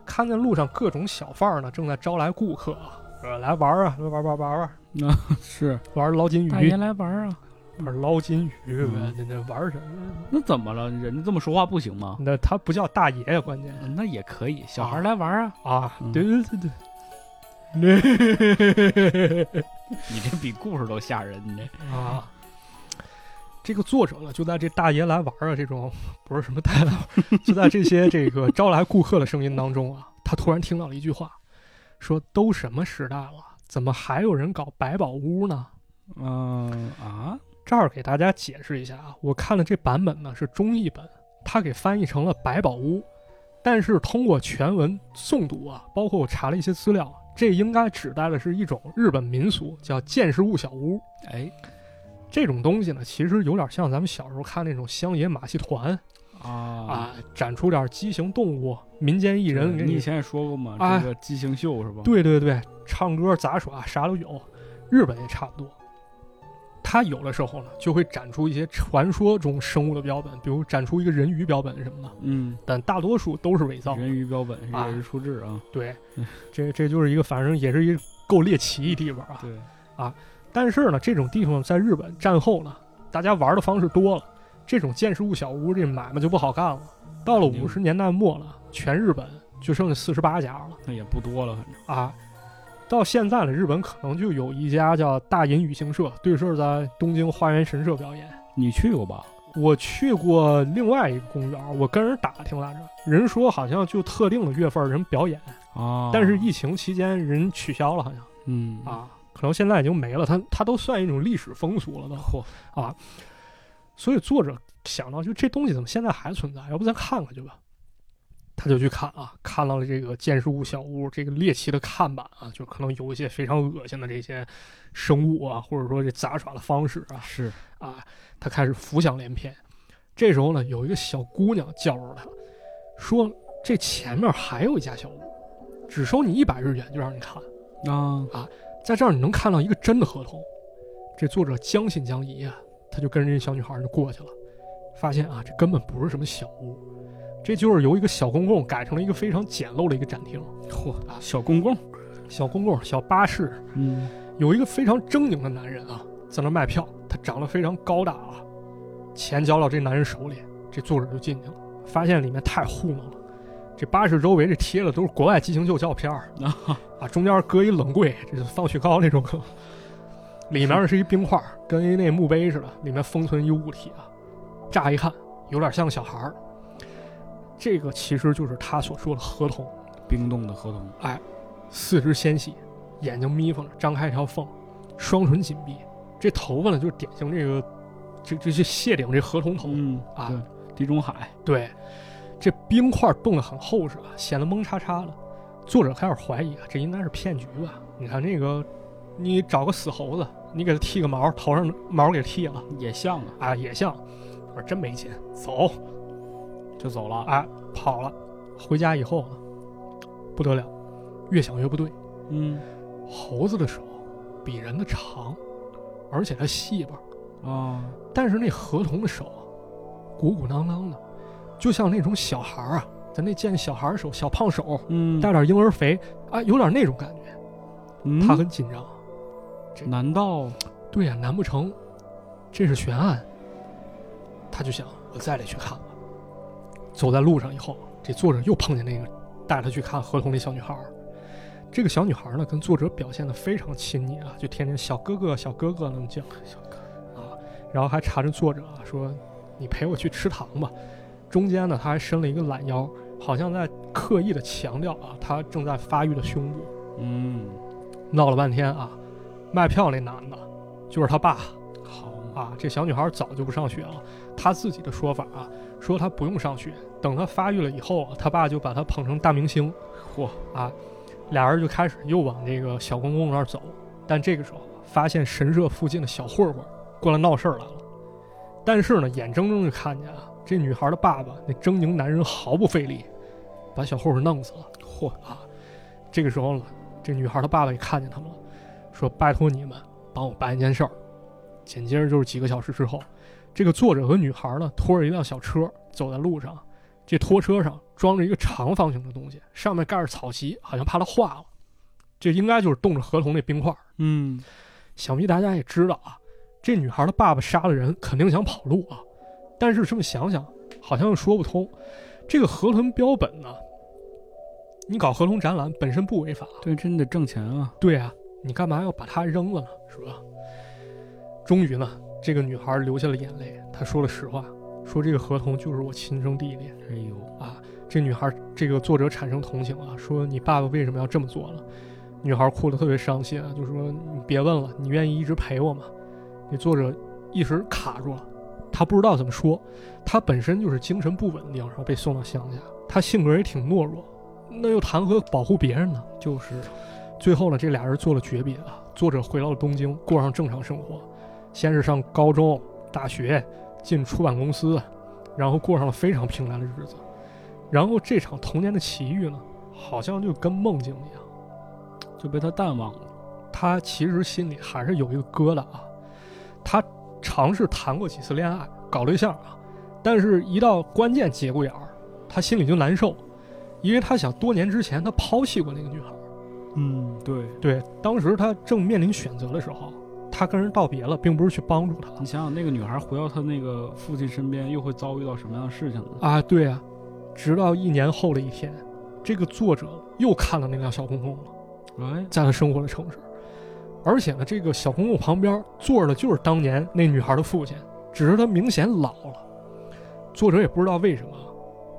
看见路上各种小贩儿呢正在招来顾客啊，呃，来玩儿啊，来玩儿玩儿玩儿玩儿
是，
玩儿捞金
大爷
鱼，
来玩啊，
玩儿捞金鱼，
嗯
那那玩儿什么？
那怎么了？人家这么说话不行吗？
那他不叫大爷呀，关键
那也可以，小孩来玩啊！
啊
嗯，
对对对对。
你这比故事都吓人，你这
啊。这个作者呢，就在这大爷来玩儿啊这种不是什么大爷来玩儿， 就在这些这个招来顾客的声音当中啊，他突然听到了一句话，说：“都什么时代了，怎么还有人搞百宝屋呢
嗯啊，？”
这儿给大家解释一下啊，我看了这版本呢是中译本，他给翻译成了百宝屋，但是通过全文诵读啊，包括我查了一些资料，这应该指代的是一种日本民俗，叫建识物小屋。
哎
这种东西呢，其实有点像咱们小时候看那种乡野马戏团
啊
啊，展出点畸形动物、民间艺
对
人给
你以
你，
前也说过嘛，
哎
这个畸形秀是吧？
对对对，唱歌杂耍啥都有。日本也差不多，它有的时候呢，就会展出一些传说中生物的标本，比如展出一个人鱼标本什么的，
嗯，
但大多数都是伪造。
人鱼标本
啊
也是处置啊，
对
嗯，
这这就是一个，反正也是一个够猎奇一地方啊。
对，
但是呢，这种地方在日本战后呢，大家玩的方式多了，这种建设物小屋这买卖就不好干了。到了
肯定
五十年代末了，全日本就剩下四十八家了
那也不多了，反正
啊。到现在了，日本可能就有一家叫大隐旅行社，对社在东京花园神社表演。
你去过吧？
我去过另外一个公园，我跟人打听来着，人说好像就特定的月份人表演，
啊，
但是疫情期间人取消了，好像。
嗯，
啊，可能现在已经没了，它它都算一种历史风俗了都。
嚯
啊，所以作者想到，就这东西怎么现在还存在？要不咱看看去吧。他就去看啊，看到了这个建筑物小屋这个猎奇的看板啊，就可能有一些非常恶心的这些生物啊，或者说这杂耍的方式啊
是
啊，他开始浮想联翩。这时候呢，有一个小姑娘叫住他，说：“这前面还有一家小屋，只收你一百日元，就让你看。”
啊，
在这儿你能看到一个真的合同。这作者将信将疑啊，他就跟着这小女孩儿就过去了，发现啊，这根本不是什么小屋，这就是由一个小公共改成了一个非常简陋的一个展厅。
嚯
啊
小公公，
小公共、小巴士，
嗯，
有一个非常狰狞的男人啊，在那儿卖票，他长得非常高大啊，钱交到这男人手里，这作者就进去了，发现里面太糊弄了。这巴士周围这贴的都是国外畸形秀照片儿啊中间搁一冷柜，这就放雪糕那种可能。 里面是一冰块，跟一那墓碑似的，里面封存一物体啊。乍一看有点像小孩儿，这个其实就是他所说的合同。
冰冻的合同，
四肢纤细，眼睛眯缝着，张开一条缝，双唇紧闭。这头发呢，就是典型这个，这这这谢顶这河童头。
嗯
啊，
对，地中海，
对，这冰块冻得很厚实啊，显得蒙叉叉了。作者开始怀疑啊，这应该是骗局吧？你看那个，你找个死猴子，你给他剃个毛，头上毛给剃了
也像啊，
啊，也像。我说真没劲，走
就走了。
啊，跑了。回家以后啊，不得了，越想越不对。
嗯
猴子的手比人的长，而且它细吧，
啊，
但是那河童的手啊鼓鼓囊囊的，就像那种小孩儿啊，咱那见小孩儿手，小胖手，
嗯，
带点婴儿肥啊，有点那种感觉。
嗯
他很紧张。
难道
对呀、难不成这是悬案？他就想，我再得去看看。走在路上以后，这作者又碰见那个带他去看合同那小女孩儿。这个小女孩儿呢，跟作者表现的非常亲昵啊，就天天小哥哥、小哥哥那么叫，小哥啊，然后还缠着作者啊说：“你陪我去吃糖吧。”中间呢，他还伸了一个懒腰，好像在刻意的强调啊，他正在发育的胸部。
嗯，
闹了半天啊，卖票那男的，就是他爸
好
啊。这小女孩早就不上学了，她自己的说法啊，说她不用上学，等她发育了以后啊，她爸就把她捧成大明星
嚯
啊，俩人就开始又往这个小公公那儿走。但这个时候发现神社附近的小混混过来闹事儿来了，但是呢，眼睁睁就看见啊，这女孩的爸爸那狰狞男人毫不费力，把小混混弄死了。嚯啊！这个时候呢，这女孩的爸爸也看见他们了，说：“拜托你们帮我办一件事儿。”紧接着就是几个小时之后，这个作者和女孩呢拖着一辆小车走在路上，这拖车上装着一个长方形的东西，上面盖着草席，好像怕它化了。这应该就是冻着合同那冰块。
嗯，
想必大家也知道啊，这女孩的爸爸杀了人，肯定想跑路啊。但是这么想想，好像又说不通。这个河豚标本呢，你搞河豚展览本身不违法，啊
对，真得挣钱啊。
对啊，你干嘛要把它扔了呢？是吧？终于呢，这个女孩流下了眼泪，她说了实话，说这个合同就是我亲生弟弟。
哎呦，
啊这女孩，这个作者产生同情啊，说你爸爸为什么要这么做了？女孩哭得特别伤心啊，就说你别问了，你愿意一直陪我吗？那作者一时卡住了，他不知道怎么说，他本身就是精神不稳定，然后被送到乡下，他性格也挺懦弱，那又谈何保护别人呢？
就是
最后呢，这俩人做了诀别啊。作者回到了东京，过上正常生活，先是上高中、大学，进出版公司，然后过上了非常平淡的日子。然后这场童年的奇遇呢，好像就跟梦境一样，
就被他淡忘了。
他其实心里还是有一个疙瘩啊。他尝试谈过几次恋爱，搞对象啊，但是一到关键节骨眼儿，他心里就难受，因为他想多年之前他抛弃过那个女孩儿。
嗯，对，
对，当时他正面临选择的时候，他跟人道别了，并不是去帮助
你
他
想想，那个女孩回到她那个父亲身边，又会遭遇到什么样的事情呢？
啊。对啊，直到一年后的一天，这个作者又看到那辆小公共了，
哎，
在他生活的城市，而且呢，这个小公共旁边坐着的就是当年那女孩的父亲，只是他明显老了。作者也不知道为什么，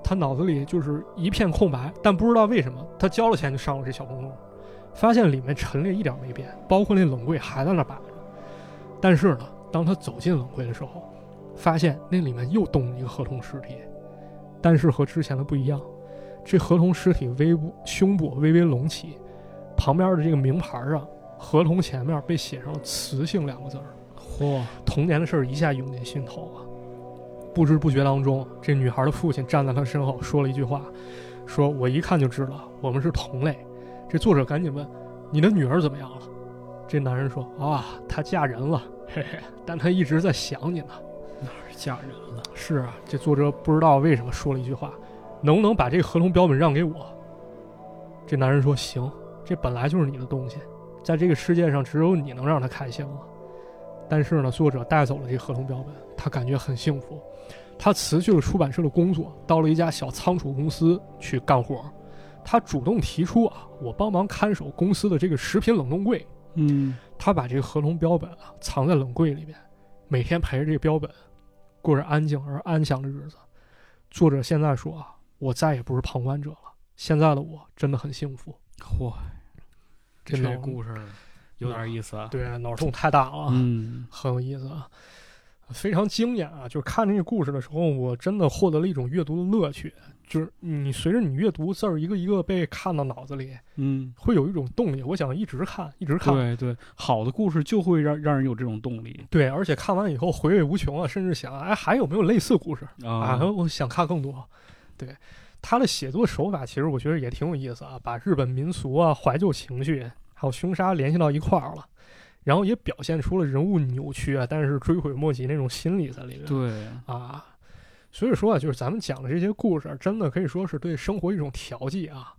他脑子里就是一片空白，但不知道为什么他交了钱就上了这小公共，发现里面陈列一点没变，包括那冷柜还在那摆着。但是呢，当他走进冷柜的时候，发现那里面又冻了一个合同尸体，但是和之前的不一样，这合同尸体微部胸部微微隆起，旁边的这个名牌啊，合同前面被写上了“雌性”两个字儿。
嚯，
童年的事儿一下涌进心头啊。不知不觉当中，这女孩的父亲站在她身后说了一句话：“说我一看就知道我们是同类。”这作者赶紧问：“你的女儿怎么样了？”这男人说：“啊，她嫁人了， 嘿嘿，但她一直在想你呢。”
吓人了。
是啊，这作者不知道为什么说了一句话：“能不能把这个合同标本让给我？”这男人说：“行，这本来就是你的东西，在这个世界上只有你能让他开心了。”但是呢，作者带走了这合同标本，他感觉很幸福。他辞去了出版社的工作，到了一家小仓储公司去干活。他主动提出啊，我帮忙看守公司的这个食品冷冻柜。
嗯，
他把这个合同标本啊藏在冷柜里面，每天陪着这个标本，过着安静而安详的日子。作者现在说啊，我再也不是旁观者了，现在的我真的很幸福。
嚯，
这
这
脑
故事有点意思啊。
对脑洞太大了啊，
嗯，
很有意思啊，非常惊艳啊！就是看这个故事的时候，我真的获得了一种阅读的乐趣。就是你随着你阅读字儿一个一个被看到脑子里，
嗯，
会有一种动力，我想一直看，一直看。
对对，好的故事就会让让人有这种动力
对，而且看完以后回味无穷啊，甚至想，哎，还有没有类似故事啊？我想看更多。对，他的写作手法其实我觉得也挺有意思啊，把日本民俗啊、怀旧情绪还有凶杀联系到一块儿了，然后也表现出了人物扭曲啊，但是追悔莫及那种心理在里面。
对，
啊，所以说啊，就是咱们讲的这些故事，啊真的可以说是对生活一种调剂啊。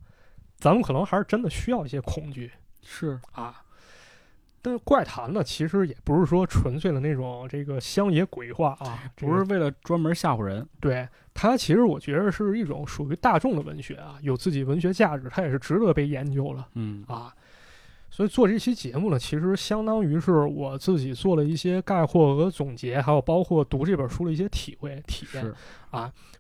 咱们可能还是真的需要一些恐惧
是，
啊。但是怪谈呢，其实也不是说纯粹的那种这个乡野鬼话啊，这
不
个
是为了专门吓唬人。
对它其实我觉得是一种属于大众的文学啊，有自己文学价值，它也是值得被研究了
嗯
啊。所以做这期节目呢，其实相当于是我自己做了一些概括和总结，还有包括读这本书的一些体会体验。
是，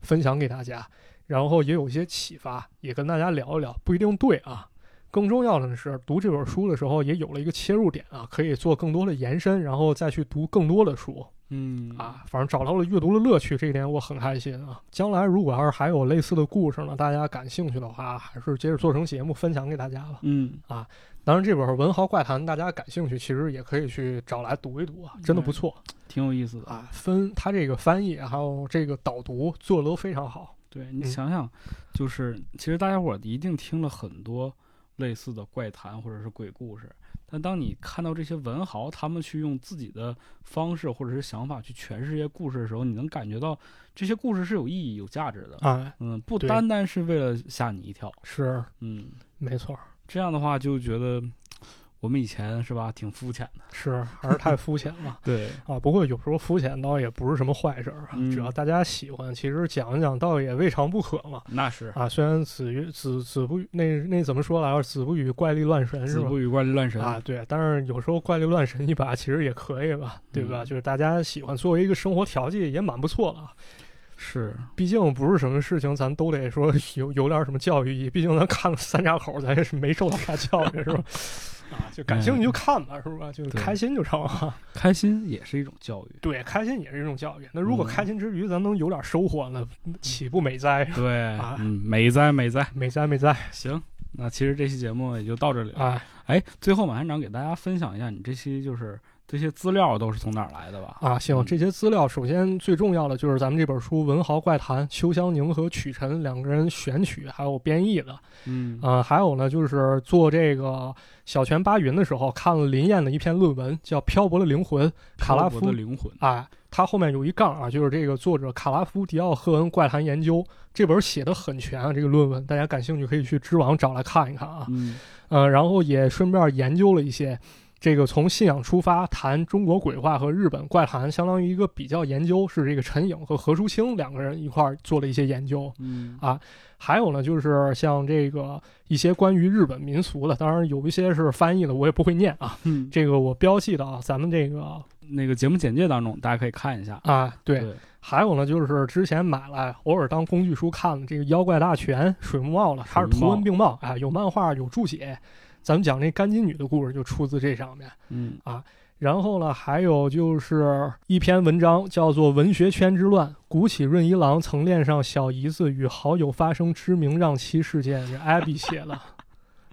分享给大家，然后也有一些启发，也跟大家聊一聊，不一定对啊。更重要的是，读这本书的时候也有了一个切入点啊，可以做更多的延伸，然后再去读更多的书
嗯
啊。反正找到了阅读的乐趣，这一点我很开心啊。将来如果要是还有类似的故事呢，大家感兴趣的话，还是接着做成节目分享给大家吧。
嗯，
当然，这本《文豪怪谈》大家感兴趣，其实也可以去找来读一读啊，真的不错
挺有意思的。
啊。分它这个翻译还有这个导读做得都非常好。
对你
嗯
想想，就是其实大家伙儿一定听了很多类似的怪谈或者是鬼故事，但当你看到这些文豪他们去用自己的方式或者是想法去诠释这些故事的时候，你能感觉到这些故事是有意义、有价值的。
哎，
嗯，不
对
单单是为了吓你一跳，
是
嗯，
没错。
这样的话就觉得我们以前是吧，挺肤浅的。
是，还是太肤浅了
对，
啊！不过有时候肤浅倒也不是什么坏事儿啊，
嗯
只要大家喜欢，其实讲一讲倒也未尝不可嘛。
那是
啊，虽然子曰子子不语那那怎么说来着？子不语怪力乱神是
子
吧？
不语怪力乱神
啊，对，但是有时候怪力乱神一把其实也可以吧，对吧？
嗯
就是大家喜欢作为一个生活调剂也蛮不错了啊。
是
毕竟不是什么事情，咱都得说有有点什么教育意义。毕竟咱看了三岔口，咱也是没受到啥教育是吧？ 啊，就感兴趣就看吧，是吧？就
嗯对
开心就成啊。
开心也是一种教育。
对，开心也是一种教育。那如果
嗯
开心之余，咱能有点收获，那岂不美哉？
对，
啊
嗯，美哉美哉。
美哉美哉！
行，那其实这期节目也就到这里了。
哎，
哎，最后马院长给大家分享一下，你这期就是这些资料都是从哪儿来的吧？
啊，行，
嗯
这些资料首先最重要的就是咱们这本书《文豪怪谈》，邱香宁和曲晨两个人选取还有编译的。
嗯
啊，还有呢，就是做这个小泉八云的时候，看了林燕的一篇论文，叫《漂泊的灵魂》，卡拉
漂泊
夫
的灵魂，
哎，它后面有一杠啊，就是这个作者卡拉夫迪奥赫恩怪谈研究这本写的很全啊，这个论文大家感兴趣可以去知网找来看一看啊。
嗯
呃，然后也顺便研究了一些这个从信仰出发谈中国鬼话和日本怪谈，相当于一个比较研究，是这个陈颖和何淑清两个人一块儿做了一些研究。
嗯
啊还有呢，就是像这个一些关于日本民俗的，当然有一些是翻译的，我也不会念啊，
嗯
这个我标记的啊，咱们这个
那个节目简介当中大家可以看一下。
啊，对，
对
还有呢，就是之前买来偶尔当工具书看的这个《妖怪大全》水木茂了，它是
水木
图
茂
文并茂啊，有漫画，有注解。咱们讲这干金女的故事就出自这上面。
嗯
然后呢，还有就是一篇文章叫做《文学圈之乱》，古喜润一郎曾恋上小姨子，与好友发生知名让妻事件，是艾比写的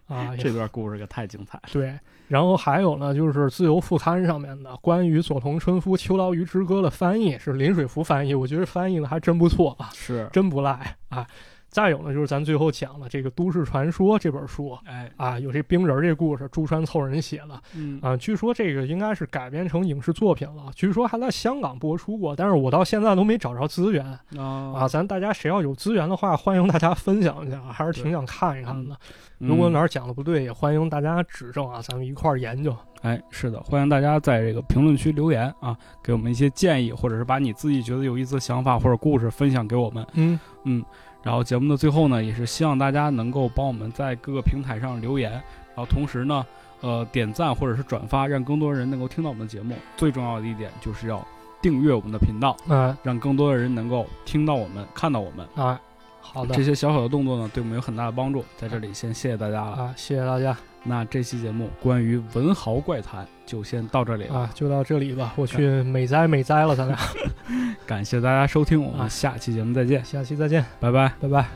啊，也
这段故事可太精彩了。
对，然后还有呢，就是自由副刊上面的关于佐藤春夫《秋刀鱼之歌》的翻译是林水福翻译，我觉得翻译的还真不错啊，
是，
真不赖啊。再有呢，就是咱最后讲了这个《都市传说》这本书
哎，
啊，有这冰人儿这故事，朱川凑人写的
嗯
啊。据说这个应该是改编成影视作品了，据说还在香港播出过，但是我到现在都没找着资源啊。
啊，
咱大家谁要有资源的话，欢迎大家分享一下，还是挺想看一看的。如果
嗯
哪儿讲的不对，也欢迎大家指正啊，咱们一块儿研究。
哎，是的，欢迎大家在这个评论区留言啊，给我们一些建议，或者是把你自己觉得有意思的想法或者故事分享给我们。
嗯，
然后节目的最后呢，也是希望大家能够帮我们在各个平台上留言，啊，后同时呢，呃，点赞或者是转发，让更多人能够听到我们的节目。最重要的一点就是要订阅我们的频道，
哎
让更多的人能够听到我们、看到我们。
哎，好的
这些小小的动作呢，对我们有很大的帮助。在这里先谢谢大家了。
啊，谢谢大家
那这期节目关于文豪怪谈就先到这里了，
啊，就到这里吧，我去美哉美哉了，咱俩，
感谢大家收听，我
啊
们下期节目再见，
下期再见，
拜拜。
拜拜。